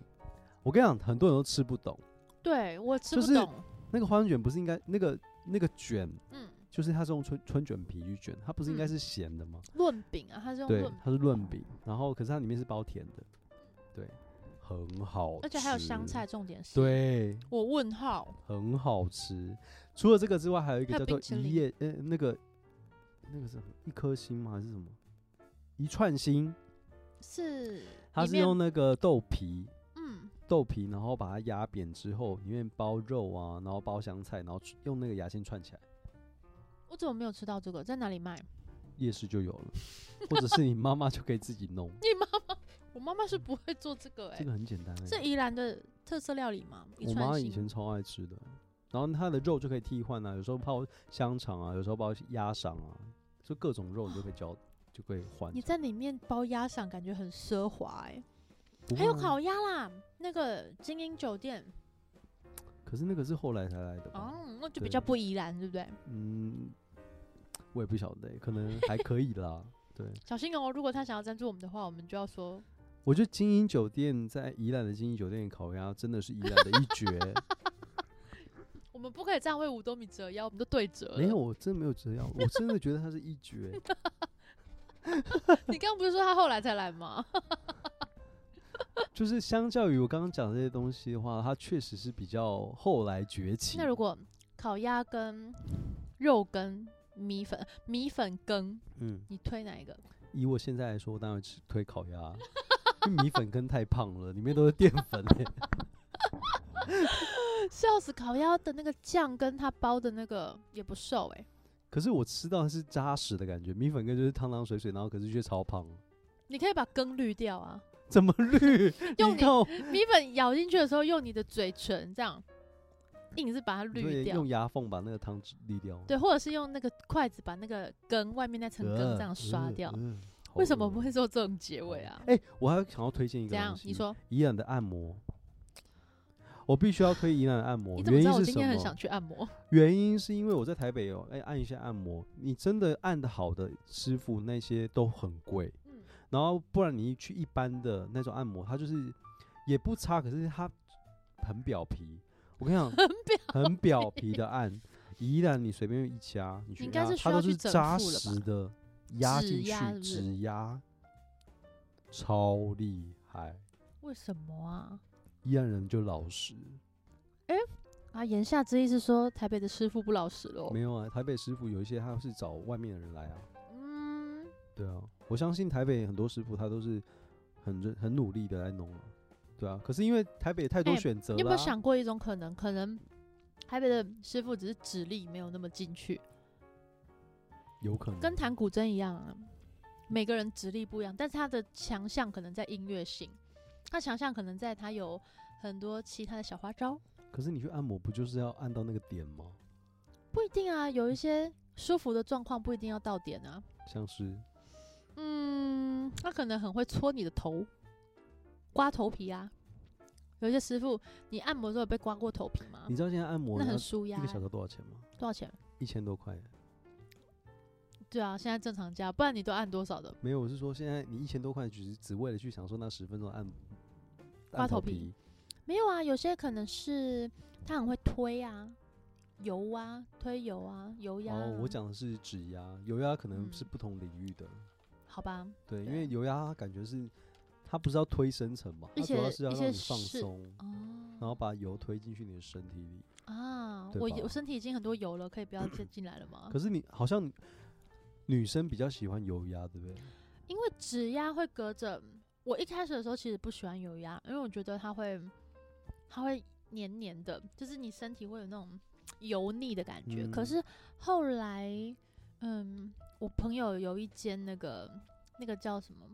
[SPEAKER 1] 我跟你讲，很多人都吃不懂
[SPEAKER 2] 对我吃
[SPEAKER 1] 就
[SPEAKER 2] 不
[SPEAKER 1] 是
[SPEAKER 2] 懂，
[SPEAKER 1] 那个花生卷，不是应该那个那个卷，
[SPEAKER 2] 嗯，
[SPEAKER 1] 就是它是用春春卷皮去卷，它不是应该
[SPEAKER 2] 嗯
[SPEAKER 1] 是咸的吗？
[SPEAKER 2] 论饼啊，它是用
[SPEAKER 1] 对
[SPEAKER 2] 论，，
[SPEAKER 1] 它是润饼，然后可是它里面是包甜的，对，很好吃，
[SPEAKER 2] 而且还有香菜，，重点是，
[SPEAKER 1] 对，
[SPEAKER 2] 我问号，
[SPEAKER 1] 很好吃。除了这个之外，还有一个
[SPEAKER 2] 还有
[SPEAKER 1] 叫做
[SPEAKER 2] 冰淇
[SPEAKER 1] 一
[SPEAKER 2] 淋
[SPEAKER 1] 夜，呃，那个那个是什么一颗星吗？还是什么？一串星，
[SPEAKER 2] 是
[SPEAKER 1] 它
[SPEAKER 2] 里
[SPEAKER 1] 是
[SPEAKER 2] 面
[SPEAKER 1] 用那个豆皮，
[SPEAKER 2] 嗯
[SPEAKER 1] 豆皮，然后把它压扁之后，里面包肉啊，然后包香菜，然后用那个牙签串起来，
[SPEAKER 2] 我怎么没有吃到这个？在哪里卖？
[SPEAKER 1] 夜市就有了，或者是你妈妈就可以自己
[SPEAKER 2] *laughs*
[SPEAKER 1] 弄，
[SPEAKER 2] 我妈妈是不会做这个哎、
[SPEAKER 1] 嗯这个很简单、欸。
[SPEAKER 2] 是宜兰的特色料理吗？一
[SPEAKER 1] 我
[SPEAKER 2] 串
[SPEAKER 1] 妈以
[SPEAKER 2] 心
[SPEAKER 1] 前超爱吃的，然后它的肉就可以替换啊，有时候泡香肠啊，有时候包鸭肠啊，就各种肉你就可以交，就可以换
[SPEAKER 2] 哦你。在里面包鸭嗓，感觉很奢华哎、
[SPEAKER 1] 不
[SPEAKER 2] 还有
[SPEAKER 1] 会啊
[SPEAKER 2] 烤鸭啦，那个精英酒店，
[SPEAKER 1] 可是那个是后来才来的吧？
[SPEAKER 2] 哦，那就比较
[SPEAKER 1] 对
[SPEAKER 2] 不宜兰，对不对？
[SPEAKER 1] 嗯，我也不晓得欸、可能还可以啦。对，
[SPEAKER 2] 小心哦、如果他想要赞助我们的话，我们就要说
[SPEAKER 1] 我觉得金鹰酒店在宜兰的金鹰酒店烤鸭真的是宜兰的一
[SPEAKER 2] *laughs*
[SPEAKER 1] 绝。
[SPEAKER 2] 我们不可以这样为五斗米折腰，我们都对折了。
[SPEAKER 1] 没有，，我真的没有这样，我真的觉得它是一绝。
[SPEAKER 2] *laughs* 你刚刚不是说他后来才
[SPEAKER 1] *laughs*
[SPEAKER 2] 来吗？
[SPEAKER 1] 就是相较于我刚刚讲的这些东西的话，它确实是比较后来崛起。
[SPEAKER 2] 那如果烤鸭跟肉跟米粉、米粉羹，
[SPEAKER 1] 嗯，
[SPEAKER 2] 你推哪
[SPEAKER 1] *laughs*
[SPEAKER 2] 一个？
[SPEAKER 1] 以我现在来说，我当然吃推烤鸭啊，因为米粉羹太胖了，里面都是淀粉、欸。
[SPEAKER 2] 笑死，烤鸭的那个酱跟它包的那个也不瘦哎、
[SPEAKER 1] 可是我吃到的是扎实的感觉，米粉羹就是汤汤水水，然后可是却超胖，
[SPEAKER 2] 你可以把羹滤掉啊，
[SPEAKER 1] 怎么绿？
[SPEAKER 2] *laughs* 用
[SPEAKER 1] 你看我
[SPEAKER 2] 米粉咬进去的时候，用你的嘴唇这样，硬是把它滤
[SPEAKER 1] 对，
[SPEAKER 2] 掉
[SPEAKER 1] 用，牙缝把那个汤汁沥掉，
[SPEAKER 2] 对，或者是用那个筷子把那个羹外面那层
[SPEAKER 1] 呃，
[SPEAKER 2] 羹这样刷
[SPEAKER 1] 呃
[SPEAKER 2] 掉。
[SPEAKER 1] 呃好
[SPEAKER 2] 为什么
[SPEAKER 1] 恶
[SPEAKER 2] 不会做这种结尾啊？
[SPEAKER 1] 哎、我还想要推荐一
[SPEAKER 2] 怎
[SPEAKER 1] 个
[SPEAKER 2] 样
[SPEAKER 1] 东？西，
[SPEAKER 2] 你说
[SPEAKER 1] 宜兰的按摩，我必须要推宜兰的按摩
[SPEAKER 2] 你。怎么
[SPEAKER 1] 原
[SPEAKER 2] 知
[SPEAKER 1] 因
[SPEAKER 2] 道我
[SPEAKER 1] 是
[SPEAKER 2] 今
[SPEAKER 1] 什
[SPEAKER 2] 天
[SPEAKER 1] 么？
[SPEAKER 2] 很想去按摩？
[SPEAKER 1] 原因是因为我在台北哦，哎、按一下按摩，你真的按的好的师傅那些都很贵，
[SPEAKER 2] 嗯
[SPEAKER 1] 然后不然你去一般的那种按摩，它就是也不差，可是它很表皮。我
[SPEAKER 2] *laughs*
[SPEAKER 1] 跟你讲，很表很表皮的按，依然你随便一家，你去
[SPEAKER 2] 应该
[SPEAKER 1] 压
[SPEAKER 2] 是需
[SPEAKER 1] 它
[SPEAKER 2] 要
[SPEAKER 1] 都
[SPEAKER 2] 去
[SPEAKER 1] 是
[SPEAKER 2] 整
[SPEAKER 1] 扎
[SPEAKER 2] 复了
[SPEAKER 1] 实
[SPEAKER 2] 吧
[SPEAKER 1] 的压
[SPEAKER 2] 指
[SPEAKER 1] 进
[SPEAKER 2] 压
[SPEAKER 1] 去，
[SPEAKER 2] 是不是
[SPEAKER 1] 指压，超厉害。
[SPEAKER 2] 为什么啊？
[SPEAKER 1] 依然人就老实，
[SPEAKER 2] 啊，言下之意是说台北的师傅不老实喽
[SPEAKER 1] 没？有啊。台北师傅有一些他是找外面的人来啊，
[SPEAKER 2] 嗯，
[SPEAKER 1] 对啊，我相信台北很多师傅他都是很认很努力的在弄啊，对啊。可是因为台北太多
[SPEAKER 2] 哎
[SPEAKER 1] 选择了、
[SPEAKER 2] 你有没有想过一种可能？可能台北的师傅只是指力没有那么进去，
[SPEAKER 1] 有可能
[SPEAKER 2] 跟弹古筝一样啊，每个人指力不一样，但是他的强项可能在音乐性，他强项可能在他有很多其他的小花招，
[SPEAKER 1] 可是你去按摩不就是要按到那个点吗？
[SPEAKER 2] 不一定啊，有一些舒服的状况不一定要到点啊，
[SPEAKER 1] 像是
[SPEAKER 2] 嗯，他可能很会搓你的头，刮头皮啊。有一些师傅，你按摩的时候有被刮过头皮吗
[SPEAKER 1] 你？知道现在按摩
[SPEAKER 2] 那
[SPEAKER 1] 要
[SPEAKER 2] 很舒压
[SPEAKER 1] 一
[SPEAKER 2] 欸、
[SPEAKER 1] 个小时多少钱吗？
[SPEAKER 2] 多少钱？
[SPEAKER 1] 一千多块。
[SPEAKER 2] 对啊，现在正常价，不然你都按多少的？
[SPEAKER 1] 没有，我是说现在你一千多块只是只为了去享受那十分钟的按
[SPEAKER 2] 刮
[SPEAKER 1] 按头
[SPEAKER 2] 头皮，没有啊，有些可能是他很会推啊，油啊，推油啊，油压、
[SPEAKER 1] 哦，我，讲的是指压，油压可能是
[SPEAKER 2] 嗯
[SPEAKER 1] 不同领域的，
[SPEAKER 2] 好吧，
[SPEAKER 1] 对，因
[SPEAKER 2] 对啊
[SPEAKER 1] 为油压它感觉是它不是要推深层嘛，
[SPEAKER 2] 一
[SPEAKER 1] 它主要
[SPEAKER 2] 些
[SPEAKER 1] 是要
[SPEAKER 2] 一
[SPEAKER 1] 让
[SPEAKER 2] 些
[SPEAKER 1] 你放
[SPEAKER 2] 是
[SPEAKER 1] 松，
[SPEAKER 2] 哦，
[SPEAKER 1] 然后把油推进去你的身体里。
[SPEAKER 2] 啊，
[SPEAKER 1] 对
[SPEAKER 2] 我
[SPEAKER 1] 吧
[SPEAKER 2] 有身体已经很多油了，可以不要再进来了吗？
[SPEAKER 1] 可是你好像女生比较喜欢油压，对不对？
[SPEAKER 2] 因为指压会隔着，我一开始的时候其实不喜欢油压，因为我觉得它会，它会黏黏的，就是你身体会有那种油腻的感觉。可
[SPEAKER 1] 嗯
[SPEAKER 2] 是后来，嗯，我朋友有一间那个那个叫什么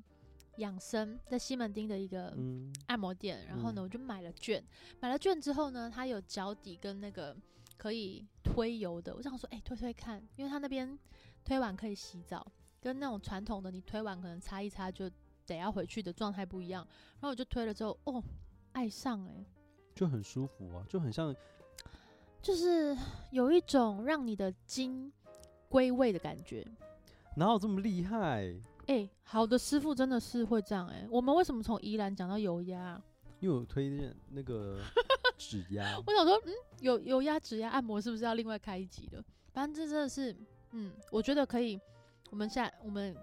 [SPEAKER 2] 养生，在西门町的一个
[SPEAKER 1] 嗯，
[SPEAKER 2] 按摩店，然后呢，
[SPEAKER 1] 嗯
[SPEAKER 2] 我就买了券，买了券之后呢，它有脚底跟那个可以推油的，我想说，哎、推推看，因为它那边推完可以洗澡，跟那种传统的你推完可能擦一擦就得要回去的状态不一样，然后我就推了之后，哦，爱上哎、
[SPEAKER 1] 就很舒服啊，就很像
[SPEAKER 2] 就是有一种让你的筋归位的感觉。
[SPEAKER 1] 哪有这么厉害？
[SPEAKER 2] 哎、好的师傅真的是会这样哎、我们为什么从宜兰讲到油压啊？
[SPEAKER 1] 因为我推荐那个指压，
[SPEAKER 2] 我想说，嗯，有有压指压按摩是不是要另外开一集的？反正这真的是，嗯，我觉得可以，我们下我们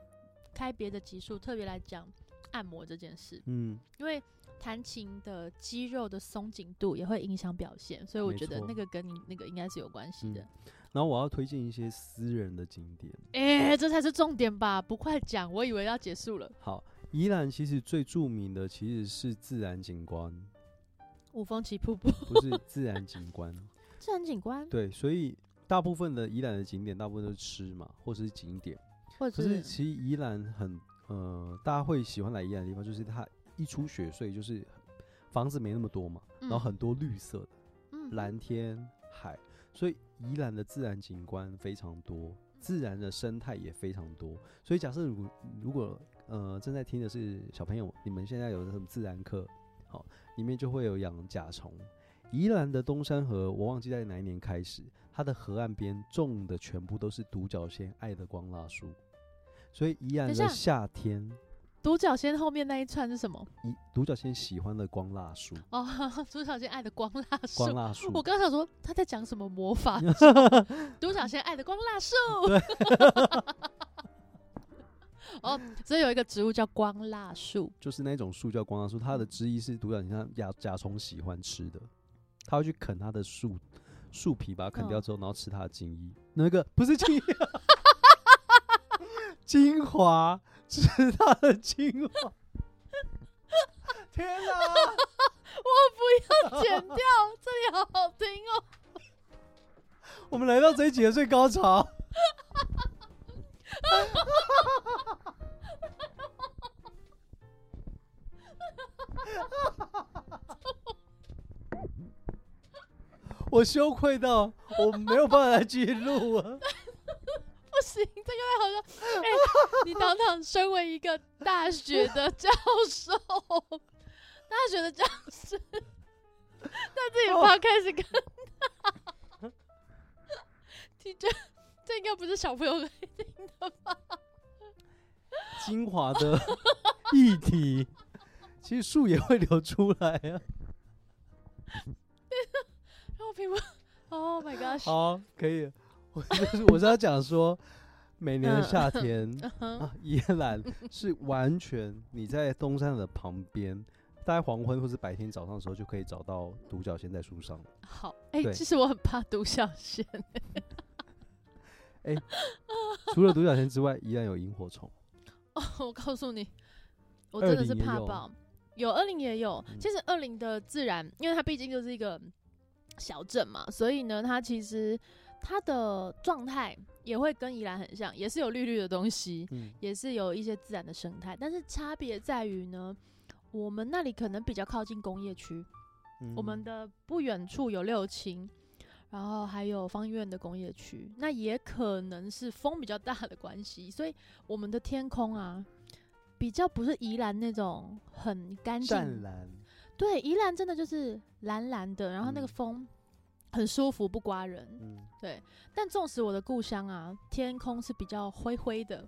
[SPEAKER 2] 开别的集数特别来讲按摩这件事，
[SPEAKER 1] 嗯，
[SPEAKER 2] 因为弹琴的肌肉的松紧度也会影响表现，所以我
[SPEAKER 1] 没
[SPEAKER 2] 觉得
[SPEAKER 1] 错
[SPEAKER 2] 那个跟你那个应该是有关系的
[SPEAKER 1] 嗯。然后我要推荐一些私人的景点。
[SPEAKER 2] 哎、这才是重点吧？不快讲，我以为要结束了。
[SPEAKER 1] 好，宜兰其实最著名的其实是自然景观，
[SPEAKER 2] 五峰旗瀑布， *laughs*
[SPEAKER 1] 不是自然景观。 *laughs*
[SPEAKER 2] 自然景观，
[SPEAKER 1] 对，所以大部分的宜兰的景点，大部分都是吃嘛，或是景点。
[SPEAKER 2] 或
[SPEAKER 1] 可
[SPEAKER 2] 者
[SPEAKER 1] 是其实宜兰很呃，大家会喜欢来宜兰的地方，就是它一出雪所以就是房子没那么多嘛，然后
[SPEAKER 2] 嗯
[SPEAKER 1] 很多绿色的
[SPEAKER 2] 嗯
[SPEAKER 1] 蓝天海，所以宜兰的自然景观非常多，自然的生态也非常多。所以假设如果如果呃正在听的是小朋友，你们现在有什么自然课，好、里面就会有养甲虫。宜兰的东山河，我忘记在哪一年开始，它的河岸边种的全部都是独角仙、爱的光蜡树，所以宜兰
[SPEAKER 2] 等
[SPEAKER 1] 的
[SPEAKER 2] 一下
[SPEAKER 1] 夏天，
[SPEAKER 2] 独角仙后面那一串是什么？ *laughs*
[SPEAKER 1] 宜独角仙喜欢的光蜡树，
[SPEAKER 2] 哦，独角仙爱的光蜡树。
[SPEAKER 1] 光蜡树，
[SPEAKER 2] 我刚想说他在讲什么魔 *laughs* 法，独角仙爱的光蜡树。 *laughs* 哦，所以有一个植物叫光蜡树，
[SPEAKER 1] 就是那种树叫光蜡树，它的汁液是独角仙甲甲虫喜欢吃的，它会去啃它的树树皮，把它啃掉
[SPEAKER 2] 嗯
[SPEAKER 1] 之后，然后吃它的精液。那个不是精液，啊 *laughs* 精华，吃它的精华。 *laughs* 天哪、
[SPEAKER 2] 我不要剪掉，这里好好听哦。
[SPEAKER 1] 我们来到这一集的最高潮。我羞愧到我没有办法再继续录啊了。
[SPEAKER 2] 不行，这个太好笑。哎、你堂堂身为一个大学的教授，大学的教授，在自己发开始跟他， *laughs* 你这这应该不是小朋友可以听的吧？
[SPEAKER 1] 精华的液体，其实树也会流出来啊。
[SPEAKER 2] 让我评论。Oh *laughs* my gosh！
[SPEAKER 1] 好，可以了。 *laughs* 我就是我是要讲说，每年的夏天。
[SPEAKER 2] *laughs* 嗯
[SPEAKER 1] 啊，宜兰是完全你在东山的旁边，大概黄昏或是白天早上的时候就可以找到独角仙在树上。
[SPEAKER 2] 好，哎、
[SPEAKER 1] 对
[SPEAKER 2] 其实我很怕独角仙，
[SPEAKER 1] *laughs* 除了独角仙之外，宜兰有萤火
[SPEAKER 2] *laughs*
[SPEAKER 1] 虫。
[SPEAKER 2] 我告诉你，我真的是
[SPEAKER 1] 20也
[SPEAKER 2] 怕
[SPEAKER 1] 有
[SPEAKER 2] 爆。有二零也有，
[SPEAKER 1] 嗯
[SPEAKER 2] 其实二零的自然，因为它毕竟就是一个小镇嘛，所以呢，它其实它的状态也会跟宜兰很像，也是有绿绿的东西，
[SPEAKER 1] 嗯，
[SPEAKER 2] 也是有一些自然的生态，但是差别在于呢，我们那里可能比较靠近工业区，我
[SPEAKER 1] 嗯
[SPEAKER 2] 们的不远处有六轻，然后还有方院的工业区，那也可能是风比较大的关系，所以我们的天空啊，比较不是宜兰那种很干
[SPEAKER 1] 湛
[SPEAKER 2] 净。
[SPEAKER 1] 蓝，
[SPEAKER 2] 对，宜兰真的就是蓝蓝的，然后那个
[SPEAKER 1] 嗯
[SPEAKER 2] 风很舒服，不刮人。
[SPEAKER 1] 嗯，
[SPEAKER 2] 但纵使我的故乡啊，天空是比较灰灰的，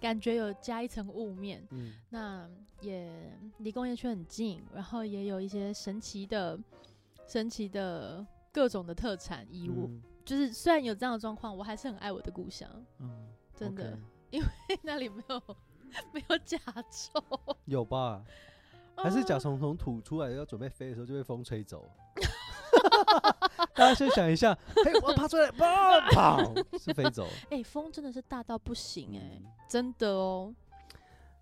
[SPEAKER 2] 感觉有加一层雾面，
[SPEAKER 1] 嗯
[SPEAKER 2] 那也离工业区很近，然后也有一些神奇的、神奇的各种的特产衣物。
[SPEAKER 1] 嗯
[SPEAKER 2] 就是虽然有这样的状况，我还是很爱我的故乡， *laughs*
[SPEAKER 1] 嗯，
[SPEAKER 2] 真的
[SPEAKER 1] OK
[SPEAKER 2] 那里没有没有甲虫，
[SPEAKER 1] 有吧？还是甲
[SPEAKER 2] 啊
[SPEAKER 1] 虫从土出来要准备飞的时候就被风吹走。 *laughs* 大家先想一下，嘿，我要爬出来，啪
[SPEAKER 2] *laughs*
[SPEAKER 1] 跑是飞走了。
[SPEAKER 2] 哎、风真的是大到不行哎、
[SPEAKER 1] 嗯
[SPEAKER 2] 真的哦。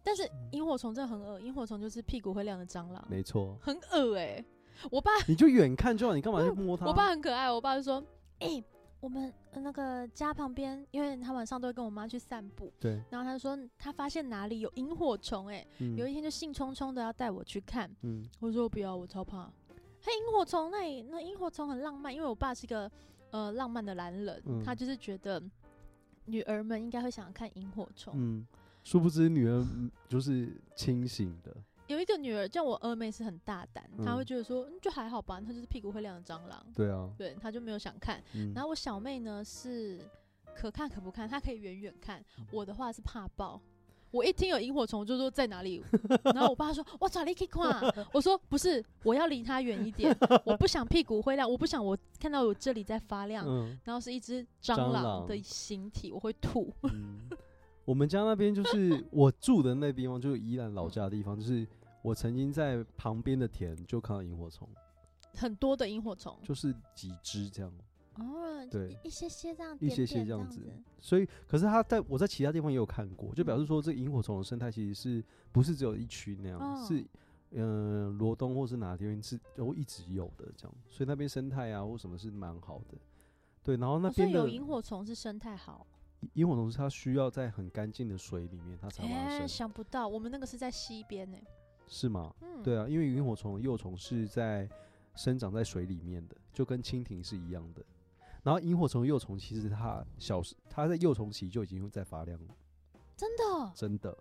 [SPEAKER 2] 但是萤火虫真的很恶，萤火虫就是屁股会亮的蟑螂，
[SPEAKER 1] 没
[SPEAKER 2] *laughs*
[SPEAKER 1] 错，
[SPEAKER 2] 很恶哎、我爸
[SPEAKER 1] 你就远看就好，你干嘛去
[SPEAKER 2] 嗯
[SPEAKER 1] 摸它？
[SPEAKER 2] 我爸很可爱，我爸就说：“哎、我们呃那个家旁边，因为他晚上都会跟我妈去散步，
[SPEAKER 1] 对，
[SPEAKER 2] 然后他说他发现哪里有萤火虫、欸，
[SPEAKER 1] 嗯
[SPEAKER 2] 有一天就兴冲冲的要带我去看，
[SPEAKER 1] 嗯
[SPEAKER 2] 我说不要，我超怕。嘿，萤火虫那里那萤火虫很浪漫，因为我爸是个呃浪漫的男人，
[SPEAKER 1] 嗯
[SPEAKER 2] 他就是觉得女儿们应该会想要看萤火虫。
[SPEAKER 1] 嗯，殊不知女儿嗯就是清醒的，
[SPEAKER 2] 有一个女儿，像我二妹是很大胆，她
[SPEAKER 1] 嗯
[SPEAKER 2] 会觉得说、嗯、就还好吧，她就是屁股会亮的蟑螂，
[SPEAKER 1] 对啊，
[SPEAKER 2] 对，她就没有想看。
[SPEAKER 1] 嗯
[SPEAKER 2] 然后我小妹呢是可看可不看，她可以远远看。
[SPEAKER 1] 嗯
[SPEAKER 2] 我的话是怕爆，我一听有萤火虫就说在哪里，然后我爸说我操你可以看啊，我说不是，我要离它远一点，我不想屁股会亮，我不想我看到我这里在发亮，
[SPEAKER 1] 嗯
[SPEAKER 2] 然后是一只蟑
[SPEAKER 1] 蟑
[SPEAKER 2] 螂的
[SPEAKER 1] 螂
[SPEAKER 2] 形体，我会吐。
[SPEAKER 1] 嗯，我们家那边就是
[SPEAKER 2] *laughs*
[SPEAKER 1] 我住的那地方，就是宜兰
[SPEAKER 2] 嗯
[SPEAKER 1] 老家的地方，就是我曾经在旁边的田就看到萤火虫，
[SPEAKER 2] 很多的萤火虫
[SPEAKER 1] 就是几只这样，
[SPEAKER 2] 哦，
[SPEAKER 1] 对
[SPEAKER 2] 一些些这样
[SPEAKER 1] 一
[SPEAKER 2] 点
[SPEAKER 1] 些
[SPEAKER 2] 点
[SPEAKER 1] 些
[SPEAKER 2] 这
[SPEAKER 1] 这
[SPEAKER 2] 样
[SPEAKER 1] 样子。所以，可是它在我在其他地方也有看过，就
[SPEAKER 2] 嗯
[SPEAKER 1] 表示说这个萤火虫的生态其实是不是只有一区那样，
[SPEAKER 2] 哦
[SPEAKER 1] 是。嗯，罗东或是哪地方是都一直有的这样，所以那边生态啊或什么是蛮好的，对。然后那
[SPEAKER 2] 哦所
[SPEAKER 1] 边
[SPEAKER 2] 以
[SPEAKER 1] 的
[SPEAKER 2] 有萤火虫是生态好，
[SPEAKER 1] 萤火虫是它需要在很干净的水里面它才
[SPEAKER 2] 哎、
[SPEAKER 1] 发生，
[SPEAKER 2] 想不到我们那个是在西边欸呢、
[SPEAKER 1] 是吗？
[SPEAKER 2] 嗯，
[SPEAKER 1] 对啊，因为萤火虫的幼虫是在生长在水里面的，就跟蜻蜓是一样的。然后萤火虫的幼虫其实它小时它在幼虫期就已经在发亮了，
[SPEAKER 2] 真的。哦
[SPEAKER 1] 真的。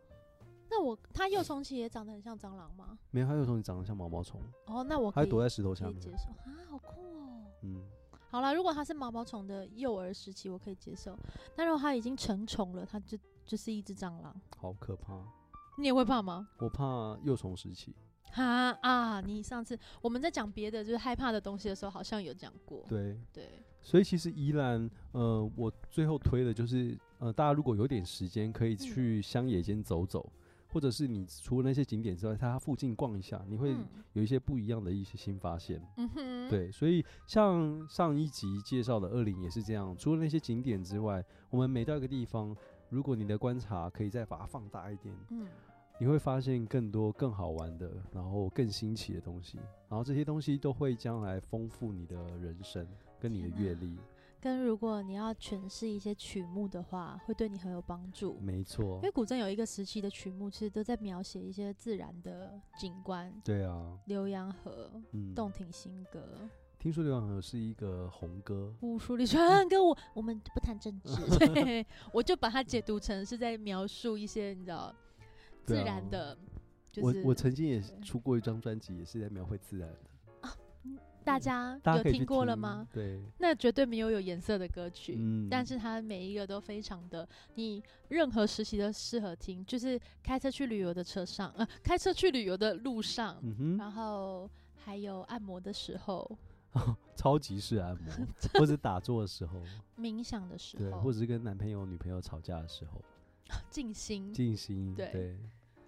[SPEAKER 2] 那我它幼虫期也长得很像蟑螂吗？
[SPEAKER 1] 没有它幼虫长得像毛毛虫，
[SPEAKER 2] 哦，那我
[SPEAKER 1] 它
[SPEAKER 2] 可
[SPEAKER 1] 会
[SPEAKER 2] 以
[SPEAKER 1] 躲在石头下
[SPEAKER 2] 可以
[SPEAKER 1] 面。
[SPEAKER 2] 接受啊，好酷哦！
[SPEAKER 1] 嗯，
[SPEAKER 2] 好啦，如果它是毛毛虫的幼儿时期，我可以接受；但如果它已经成虫了，它就就是一只蟑螂，
[SPEAKER 1] 好可怕。
[SPEAKER 2] 你也会怕吗？
[SPEAKER 1] 我怕幼虫时期。
[SPEAKER 2] 哈啊！你上次我们在讲别的，就是害怕的东西的时候，好像有讲过。
[SPEAKER 1] 对，
[SPEAKER 2] 对，
[SPEAKER 1] 所以其实宜兰，呃，我最后推的就是，呃，大家如果有点时间，可以
[SPEAKER 2] 嗯
[SPEAKER 1] 去乡野间走走，或者是你除了那些景点之外，它附近逛一下，你会
[SPEAKER 2] 嗯
[SPEAKER 1] 有一些不一样的一些新发现。
[SPEAKER 2] 嗯哼，，
[SPEAKER 1] 对，所以像上一集介绍的二林也是这样，除了那些景点之外，我们每到一个地方，如果你的观察可以再把它放大一点，
[SPEAKER 2] 嗯，
[SPEAKER 1] 你会发现更多更好玩的，然后更新奇的东西，然后这些东西都会将来丰富你的人生跟你的
[SPEAKER 2] 天
[SPEAKER 1] 阅
[SPEAKER 2] 哪
[SPEAKER 1] 历。
[SPEAKER 2] 跟如果你要诠释一些曲目的话，会对你很有帮助。
[SPEAKER 1] 没错
[SPEAKER 2] 因为，古镇有一个时期的曲目，其实都在描写一些自然的景观，
[SPEAKER 1] 对啊，
[SPEAKER 2] 浏阳河、
[SPEAKER 1] 嗯，
[SPEAKER 2] 洞庭新阁、
[SPEAKER 1] 听说刘洋河是一个红歌，
[SPEAKER 2] 乌苏里川跟我，我们不谈政治，
[SPEAKER 1] *laughs*
[SPEAKER 2] *laughs* 对，我就把它解读成是在描述一些你知道自
[SPEAKER 1] 对啊
[SPEAKER 2] 然的，就是
[SPEAKER 1] 啊我我曾经也
[SPEAKER 2] 对
[SPEAKER 1] 出过一张专辑，也是在描绘自然的，
[SPEAKER 2] 大家
[SPEAKER 1] 大家
[SPEAKER 2] 有
[SPEAKER 1] 可以去
[SPEAKER 2] 听过了吗？？
[SPEAKER 1] 对，
[SPEAKER 2] 那绝对没有有颜色的歌曲。
[SPEAKER 1] 嗯
[SPEAKER 2] 但是它每一个都非常的，你任何时期都适合听，就是开车去旅游的车上，呃，开车去旅游的路上，
[SPEAKER 1] 嗯哼，
[SPEAKER 2] 然后还有按摩的时候、
[SPEAKER 1] 哦超级式按
[SPEAKER 2] *laughs*
[SPEAKER 1] 摩，或者打坐的时候，
[SPEAKER 2] 冥想的时
[SPEAKER 1] 对，
[SPEAKER 2] 候，
[SPEAKER 1] 或者是跟男朋友、女朋友吵架的时候，
[SPEAKER 2] 静心，
[SPEAKER 1] 静心，
[SPEAKER 2] 嗯对
[SPEAKER 1] 对，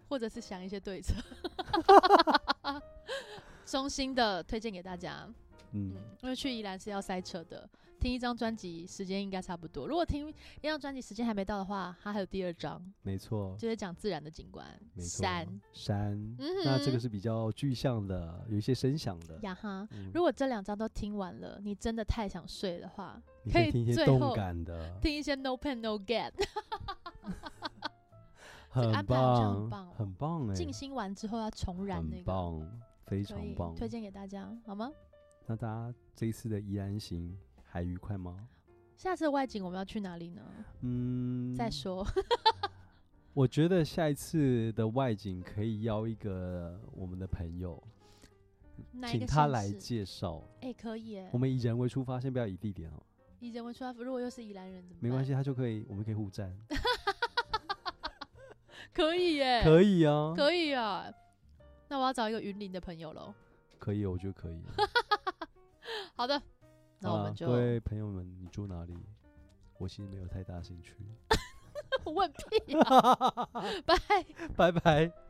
[SPEAKER 2] 或者是想一些对策。 *laughs* 衷心的推荐给大家，
[SPEAKER 1] 嗯
[SPEAKER 2] 嗯，因为去宜兰是要塞车的，听一张专辑时间应该差不多。如果听一张专辑时间还没到的话，它还有第二张，
[SPEAKER 1] 没错，
[SPEAKER 2] 就是讲自然的景观，
[SPEAKER 1] 没错，
[SPEAKER 2] 山
[SPEAKER 1] 山，
[SPEAKER 2] 嗯
[SPEAKER 1] 那这个
[SPEAKER 2] 哼
[SPEAKER 1] 是比较具象的，有一些声响的，
[SPEAKER 2] 呀哈。
[SPEAKER 1] 嗯
[SPEAKER 2] 如果这两张都听完了，你真的太想睡的话，
[SPEAKER 1] 你
[SPEAKER 2] 可
[SPEAKER 1] 可
[SPEAKER 2] 以
[SPEAKER 1] 以听一些
[SPEAKER 2] 最
[SPEAKER 1] 动
[SPEAKER 2] 后
[SPEAKER 1] 感的，
[SPEAKER 2] 听一些 No Pain No Gain，这个
[SPEAKER 1] 很
[SPEAKER 2] 安排好像
[SPEAKER 1] 棒
[SPEAKER 2] 很棒，哦
[SPEAKER 1] 很棒哎，
[SPEAKER 2] 静心完之后要重燃那
[SPEAKER 1] 很
[SPEAKER 2] 个，
[SPEAKER 1] 棒，非
[SPEAKER 2] 可以
[SPEAKER 1] 常棒。
[SPEAKER 2] 推荐给大家好吗？
[SPEAKER 1] 那大家这一次的宜安行还愉快吗？
[SPEAKER 2] 下次的外景我们要去哪里呢？
[SPEAKER 1] 嗯，
[SPEAKER 2] 再说， *laughs*
[SPEAKER 1] 我觉得下一次的外景可以邀一个我们的朋友，
[SPEAKER 2] 哪一
[SPEAKER 1] 请
[SPEAKER 2] 个
[SPEAKER 1] 他
[SPEAKER 2] 县
[SPEAKER 1] 来
[SPEAKER 2] 市
[SPEAKER 1] 介绍。
[SPEAKER 2] 哎、可以耶
[SPEAKER 1] 我。们以人为出发，先不要以地点哦，
[SPEAKER 2] 以前我出来，如果又是宜兰人怎么
[SPEAKER 1] 没
[SPEAKER 2] 办？
[SPEAKER 1] 关系，，他就可以，我们可以互赞，
[SPEAKER 2] 可以耶，
[SPEAKER 1] 可以啊，
[SPEAKER 2] 可以啊。那我要找一个云林的朋友喽。
[SPEAKER 1] 可以，我觉得可以。
[SPEAKER 2] 好的，那
[SPEAKER 1] 好
[SPEAKER 2] 我
[SPEAKER 1] 啦
[SPEAKER 2] 们就
[SPEAKER 1] 啊各
[SPEAKER 2] *laughs*
[SPEAKER 1] 位朋友们，你住哪里？我其实
[SPEAKER 2] *laughs*
[SPEAKER 1] 没有太大兴趣。
[SPEAKER 2] 问屁啊，拜。
[SPEAKER 1] 拜拜。